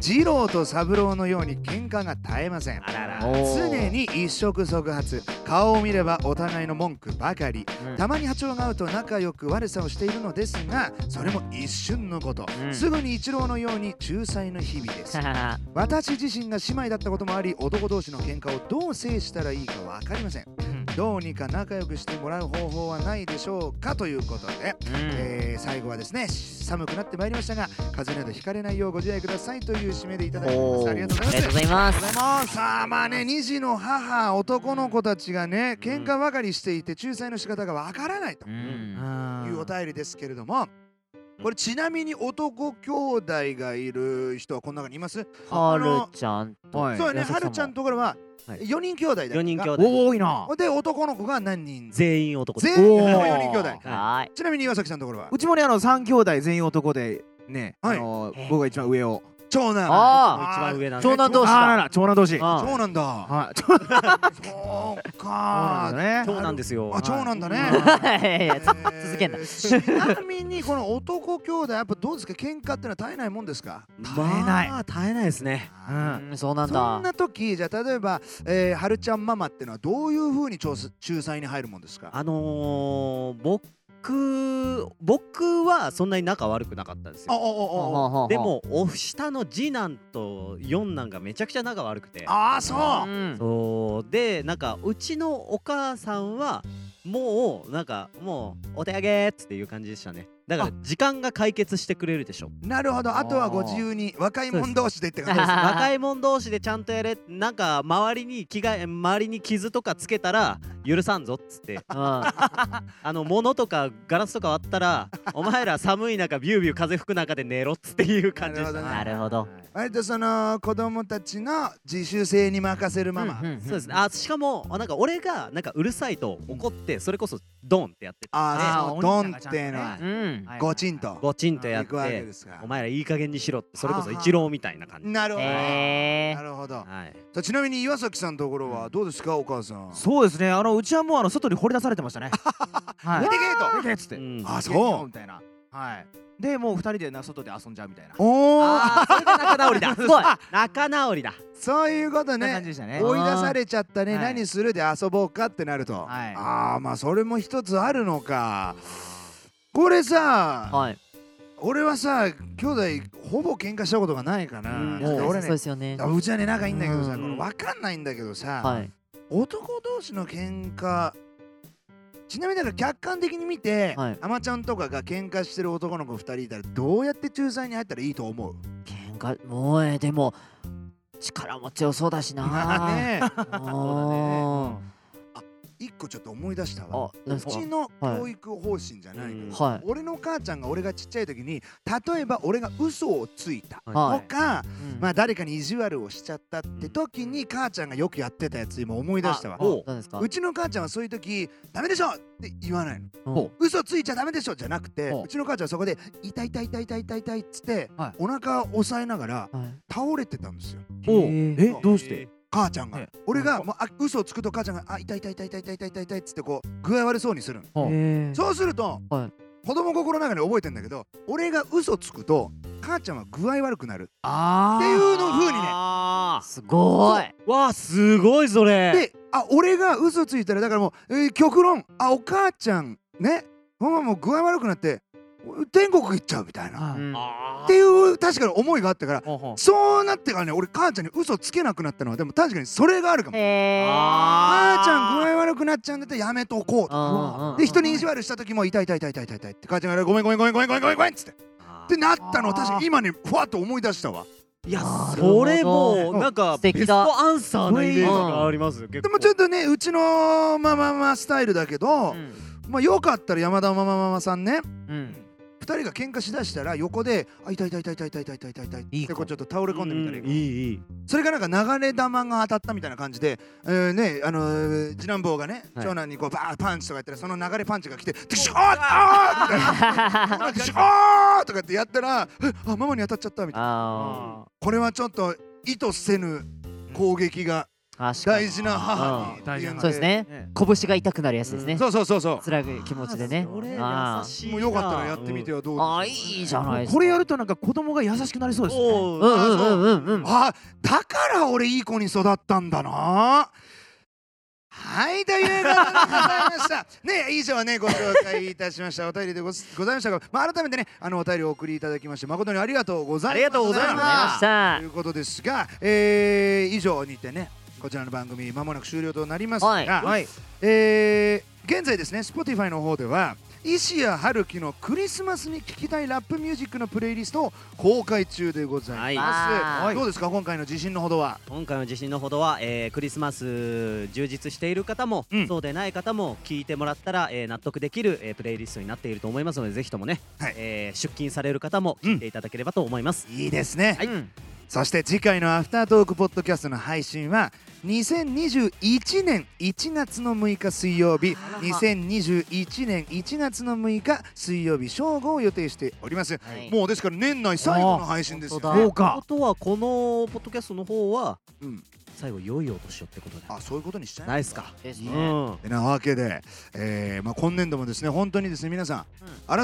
[SPEAKER 1] 二郎と三郎のように喧嘩が絶えません
[SPEAKER 3] あらら
[SPEAKER 2] おー
[SPEAKER 1] 常に一触即発顔を見ればお互いの文句ばかり
[SPEAKER 2] うん
[SPEAKER 1] たまに波長が合うと仲良く悪さをしているのですがそれも一瞬のこと、
[SPEAKER 2] うん
[SPEAKER 1] すぐに一郎のように仲裁の日々です
[SPEAKER 2] ははは
[SPEAKER 1] 私自身が姉妹だったこともあり男同士の喧嘩をどう制したらいいか分かりません、どうにか仲良くしてもらう方法はないでしょうかということで、
[SPEAKER 2] うん
[SPEAKER 1] えー最後はですね寒くなってまいりましたが風邪などひかれないようご自愛くださいという締めでいただきま
[SPEAKER 2] お
[SPEAKER 1] す
[SPEAKER 2] ー
[SPEAKER 1] ありがとうございます
[SPEAKER 2] ざいます
[SPEAKER 1] さあまあね2児の母男の子たちがね喧嘩ばかりしていて仲裁の仕方がわからないと
[SPEAKER 2] う
[SPEAKER 4] うんん
[SPEAKER 1] いうお便りですけれどもこれちなみに男兄弟がいる人はこの中にいます
[SPEAKER 2] はるちゃんと
[SPEAKER 4] はい
[SPEAKER 1] そうよね
[SPEAKER 2] 安田さ
[SPEAKER 1] は
[SPEAKER 2] んも
[SPEAKER 1] るちゃんのところは
[SPEAKER 3] はい
[SPEAKER 1] 4人兄弟だ
[SPEAKER 3] 4人兄弟
[SPEAKER 4] お多いな。
[SPEAKER 1] で男の子が何人
[SPEAKER 3] 全員男です
[SPEAKER 1] 全員
[SPEAKER 4] お
[SPEAKER 1] 4
[SPEAKER 4] ー
[SPEAKER 1] 人兄弟
[SPEAKER 2] はい
[SPEAKER 1] ちなみに岩崎さんのところは
[SPEAKER 4] うちもねあの三兄弟全員男でね、
[SPEAKER 1] はい
[SPEAKER 4] あの僕が一番上を。
[SPEAKER 1] 長男
[SPEAKER 2] あ
[SPEAKER 1] あ
[SPEAKER 3] 一番上なんで
[SPEAKER 2] 長男同士
[SPEAKER 4] あら
[SPEAKER 2] だ
[SPEAKER 4] ら長男同士。
[SPEAKER 2] あ
[SPEAKER 1] そうなんだ
[SPEAKER 4] はい。長男
[SPEAKER 1] そう
[SPEAKER 4] だ
[SPEAKER 1] か
[SPEAKER 4] ね。
[SPEAKER 3] 長男ですよ
[SPEAKER 1] あ長男だね
[SPEAKER 2] いやいや続けんな
[SPEAKER 1] えーちなみにこの男兄弟やっぱどうですか喧嘩ってのは絶えないもんですか
[SPEAKER 3] 絶えないまあ絶えないですね
[SPEAKER 4] うん。
[SPEAKER 2] うんそうなん
[SPEAKER 1] そん
[SPEAKER 2] だ
[SPEAKER 1] な時じゃあ例えば、えー、はるちゃんママってのはどういうふうに調査仲裁に入るもんですか
[SPEAKER 3] あのー、僕僕はそんなに仲悪くなかったんです
[SPEAKER 1] あ
[SPEAKER 3] よ
[SPEAKER 1] あ
[SPEAKER 3] でもお下の次男と四男がめちゃくちゃ仲悪くて
[SPEAKER 1] ああそううん
[SPEAKER 3] そうでなんかうちのお母さんはもうなんかもうお手上げっつっていう感じでしたねだから時間が解決してくれるでしょ
[SPEAKER 1] なるほどあとはご自由に若い者同士でって感じ
[SPEAKER 2] そ
[SPEAKER 1] で
[SPEAKER 2] うですすあー
[SPEAKER 3] 若い者同士でちゃんとやれなんか周りに着替え周りに傷とかつけたら許さんぞっ つって
[SPEAKER 2] う
[SPEAKER 3] あの物とかガラスとか割ったらお前ら寒い中ビュービュー風吹く中で寝ろっつっていう感じでした
[SPEAKER 1] なるほど
[SPEAKER 2] ん
[SPEAKER 1] ね
[SPEAKER 2] なるほど
[SPEAKER 1] 割とその子供たちの自主性に任せるママ、
[SPEAKER 2] んん
[SPEAKER 3] そうですねあしかもあなんか俺がなんかうるさいと怒ってそれこそドンってやって
[SPEAKER 1] ああそ
[SPEAKER 4] ね
[SPEAKER 1] うドンっていうの
[SPEAKER 4] あ
[SPEAKER 1] は
[SPEAKER 2] うん
[SPEAKER 4] はい
[SPEAKER 1] ゴチン。と
[SPEAKER 3] ゴチンとやっ
[SPEAKER 1] 行くわけ
[SPEAKER 3] て
[SPEAKER 1] ですか
[SPEAKER 3] お前らいい加減にしろってそれこ
[SPEAKER 1] は
[SPEAKER 3] そ
[SPEAKER 1] あはあ
[SPEAKER 3] イチローみたいな感じ
[SPEAKER 1] なるほど、
[SPEAKER 2] へ
[SPEAKER 1] なるほどさ
[SPEAKER 3] はい
[SPEAKER 1] あちなみに岩崎さんのところはどうですかお母さん
[SPEAKER 4] そうですね。あのうちはもうあの外に掘り出されてま したね。は
[SPEAKER 1] 出てけと
[SPEAKER 4] 出てけっつって。
[SPEAKER 3] うん
[SPEAKER 1] あ
[SPEAKER 4] あ
[SPEAKER 1] そう
[SPEAKER 4] みたいな。はい。でもう二人でな外で遊んじゃうみたいな。
[SPEAKER 1] おお
[SPEAKER 3] あーそれが仲直りだ
[SPEAKER 2] すごい
[SPEAKER 3] 仲直りだ
[SPEAKER 1] そういうこと
[SPEAKER 4] そんな感じ
[SPEAKER 1] ね
[SPEAKER 4] でしたね。
[SPEAKER 1] 追い出されちゃったね
[SPEAKER 4] はい
[SPEAKER 1] 何するで遊ぼうかってなると、
[SPEAKER 4] はい
[SPEAKER 1] ああまあそれも一つあるのかこれさ、
[SPEAKER 2] はい
[SPEAKER 1] 俺はさ兄弟ほぼ喧嘩したことがないかな、
[SPEAKER 3] うん
[SPEAKER 1] だって俺
[SPEAKER 2] そうで
[SPEAKER 1] ね
[SPEAKER 2] すよね
[SPEAKER 1] あうちはね仲いいんだけどさ、
[SPEAKER 2] うん
[SPEAKER 1] これ分かんないんだけどさ、
[SPEAKER 2] はい
[SPEAKER 1] 男同士の喧嘩ちなみにだから客観的に見て、
[SPEAKER 2] はい
[SPEAKER 1] アマちゃんとかが喧嘩してる男の子2人いたらどうやって仲裁に入ったらいいと思う
[SPEAKER 2] 喧嘩もうえでも力持ちよそうだし な
[SPEAKER 1] ねえ
[SPEAKER 2] あー
[SPEAKER 1] 一個ちょっと思い出したわ
[SPEAKER 2] あ何
[SPEAKER 1] う
[SPEAKER 2] ですか
[SPEAKER 1] ちの教育方針じゃないけど、
[SPEAKER 2] はい
[SPEAKER 1] 俺の母ちゃんが俺がちっちゃい時に例えば俺が嘘をついたとか、
[SPEAKER 2] はいうん
[SPEAKER 1] まあ誰かに意地悪をしちゃったって時に母ちゃんがよくやってたやつ今思い出したわ
[SPEAKER 3] あおう
[SPEAKER 2] 何ですか
[SPEAKER 1] うちの母ちゃんはそういう時「ダメでしょ!」って言わないの
[SPEAKER 2] うん
[SPEAKER 1] 嘘ついちゃダメでしょじゃなくて
[SPEAKER 4] ほう
[SPEAKER 1] うちの母ちゃんはそこで「痛い痛い痛い痛い痛い痛い」っつって、
[SPEAKER 4] はい
[SPEAKER 1] お腹を押さえながら
[SPEAKER 2] はい
[SPEAKER 1] 倒れてたんですよ
[SPEAKER 4] お
[SPEAKER 2] へー
[SPEAKER 4] えどうして？
[SPEAKER 1] 母ちゃんが、
[SPEAKER 4] ええ
[SPEAKER 1] 俺が、もうあ嘘をつくと母ちゃんが「あ痛い痛い痛い痛い痛い痛い痛い痛い」っつってこう具合悪そうにするの
[SPEAKER 4] お
[SPEAKER 2] へー
[SPEAKER 1] そうすると、
[SPEAKER 2] は
[SPEAKER 1] 子供心の中で覚えてんだけど俺が嘘つくと母ちゃんは具合悪くなる
[SPEAKER 4] ああ。
[SPEAKER 1] っていうの風にね
[SPEAKER 3] あ
[SPEAKER 2] すごい
[SPEAKER 3] ーわあすごいそれ
[SPEAKER 1] であ俺が嘘ついたらだからもう、えー極論あお母ちゃんねママもう具合悪くなって天国行っちゃうみたいな、
[SPEAKER 4] は
[SPEAKER 2] う
[SPEAKER 4] い
[SPEAKER 2] ん
[SPEAKER 1] っていう確かに思いがあったから
[SPEAKER 4] ほうほう
[SPEAKER 1] そうなってからね俺母ちゃんに嘘つけなくなったのはでも確かにそれがあるかも
[SPEAKER 2] へ
[SPEAKER 1] 母ちゃん具
[SPEAKER 4] あ
[SPEAKER 1] 合悪くなっちゃうんだったらやめとこうと
[SPEAKER 2] ー
[SPEAKER 1] で人に意地悪した時も痛い痛い痛い痛い痛い痛いって母ちゃんがごめんごめんごめんごめんごめんごめんごめんっつってってなったのを確かに今ねふわっと思い出したわ
[SPEAKER 3] いや
[SPEAKER 2] なるほど
[SPEAKER 3] それもうなんか
[SPEAKER 2] 素
[SPEAKER 3] ベ
[SPEAKER 2] 敵
[SPEAKER 3] ス
[SPEAKER 2] だ
[SPEAKER 3] トアンサーなイメージがありますで
[SPEAKER 1] でもちょっとねうちのまあまあまあスタイルだけど、
[SPEAKER 2] うん
[SPEAKER 1] まあよかったら山田ママママさんね
[SPEAKER 2] うん
[SPEAKER 1] 二人が喧嘩しだしたら横で「あ痛い痛い痛い痛い痛い痛い痛い痛い痛い」
[SPEAKER 4] いい
[SPEAKER 1] って
[SPEAKER 4] 子
[SPEAKER 1] こうちょっと倒れ込んでみたらいいかも
[SPEAKER 3] いいいい
[SPEAKER 1] それがなんか流れ玉が当たったみたいな感じで、えーねあのー次男坊がね、
[SPEAKER 3] はい
[SPEAKER 1] 長男にこうバーパンチとかやったらその流れパンチが来て「てしょーあー!」みたいな「てしょー!」とかってやったら「えあママに当たっちゃった」みたいな
[SPEAKER 2] あ
[SPEAKER 1] これはちょっと意図せぬ攻撃が
[SPEAKER 2] あ確か
[SPEAKER 1] 大
[SPEAKER 2] に
[SPEAKER 1] 事な母に
[SPEAKER 4] うん大事な
[SPEAKER 1] っていの
[SPEAKER 2] そうですね
[SPEAKER 4] ね
[SPEAKER 2] 拳が痛くなるやつですね
[SPEAKER 1] そうそうそうそう
[SPEAKER 2] 辛い気持ちでね
[SPEAKER 3] それ優
[SPEAKER 2] あ
[SPEAKER 3] しいな
[SPEAKER 1] もうよかったらやってみてはどうで
[SPEAKER 2] ー
[SPEAKER 1] すか
[SPEAKER 2] あーいいじゃないですか
[SPEAKER 4] これやるとなんか子供が優しくなりそうですね
[SPEAKER 3] お
[SPEAKER 2] う
[SPEAKER 3] うん
[SPEAKER 2] うんうんうんうん
[SPEAKER 1] あだから俺いい子に育ったんだなはいということでございました ね以上ねご紹介いたしましたお便りでごすございましたが、まあ、改めてねあのお便りをお送りいただきまして誠にありがとうございました
[SPEAKER 3] ありがとうございました
[SPEAKER 2] ありが
[SPEAKER 1] と
[SPEAKER 2] と
[SPEAKER 1] いうことですが、えー以上にてねこちらの番組まもなく終了となりますが、
[SPEAKER 2] はい
[SPEAKER 4] はい
[SPEAKER 1] えー現在ですね Spotify の方では石谷春樹のクリスマスに聴きたいラップミュージックのプレイリストを公開中でございます、
[SPEAKER 2] はいわー
[SPEAKER 1] どうですか今回の自信のほどは
[SPEAKER 3] 今回の自信のほどは、えークリスマス充実している方も、
[SPEAKER 1] うん
[SPEAKER 3] そうでない方も聞いてもらったら、えー納得できる、えープレイリストになっていると思いますのでぜひともね、
[SPEAKER 1] はい
[SPEAKER 3] えー出勤される方も聞いていただければと思います、
[SPEAKER 1] いいですね、
[SPEAKER 3] はい
[SPEAKER 2] うん
[SPEAKER 1] そして次回のアフタートークポッドキャストの配信は2021年1月の6日水曜日
[SPEAKER 2] あら
[SPEAKER 1] 2021年1月の6日水曜日正午を予定しております、
[SPEAKER 2] はい
[SPEAKER 1] もうですから年内最後の配信ですよ
[SPEAKER 2] あー本当
[SPEAKER 1] ね
[SPEAKER 2] だ
[SPEAKER 4] そうか
[SPEAKER 3] ということはこのポッドキャストの方は
[SPEAKER 1] うん、
[SPEAKER 3] 最後良いお年をってことだ
[SPEAKER 1] あそういうことにしちゃい
[SPEAKER 3] な
[SPEAKER 1] ま
[SPEAKER 3] いですすか、
[SPEAKER 2] です
[SPEAKER 3] う
[SPEAKER 2] ね
[SPEAKER 3] ん
[SPEAKER 1] てなわけで、えーまあ、今年度もですね本当にですね皆さん、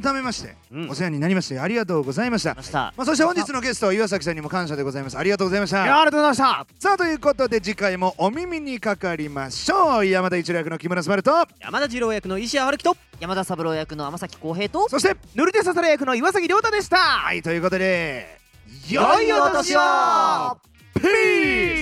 [SPEAKER 1] 改めまして
[SPEAKER 3] うん
[SPEAKER 1] お世話になりましてありがとうございました、
[SPEAKER 2] ました
[SPEAKER 1] まあ、そして本日のゲスト岩崎さんにも感謝でございますありがとうございまし
[SPEAKER 4] い
[SPEAKER 1] た
[SPEAKER 4] やありがとうございました
[SPEAKER 1] さあということで次回もお耳にかかりましょう山田一郎役の木村昴と
[SPEAKER 3] 山田二郎役の石谷春樹と
[SPEAKER 2] 山田三郎役の天崎浩平と
[SPEAKER 1] そして
[SPEAKER 4] ぬるてささら役の岩崎亮太でした
[SPEAKER 1] はいということで
[SPEAKER 4] 良いお年を
[SPEAKER 1] ピース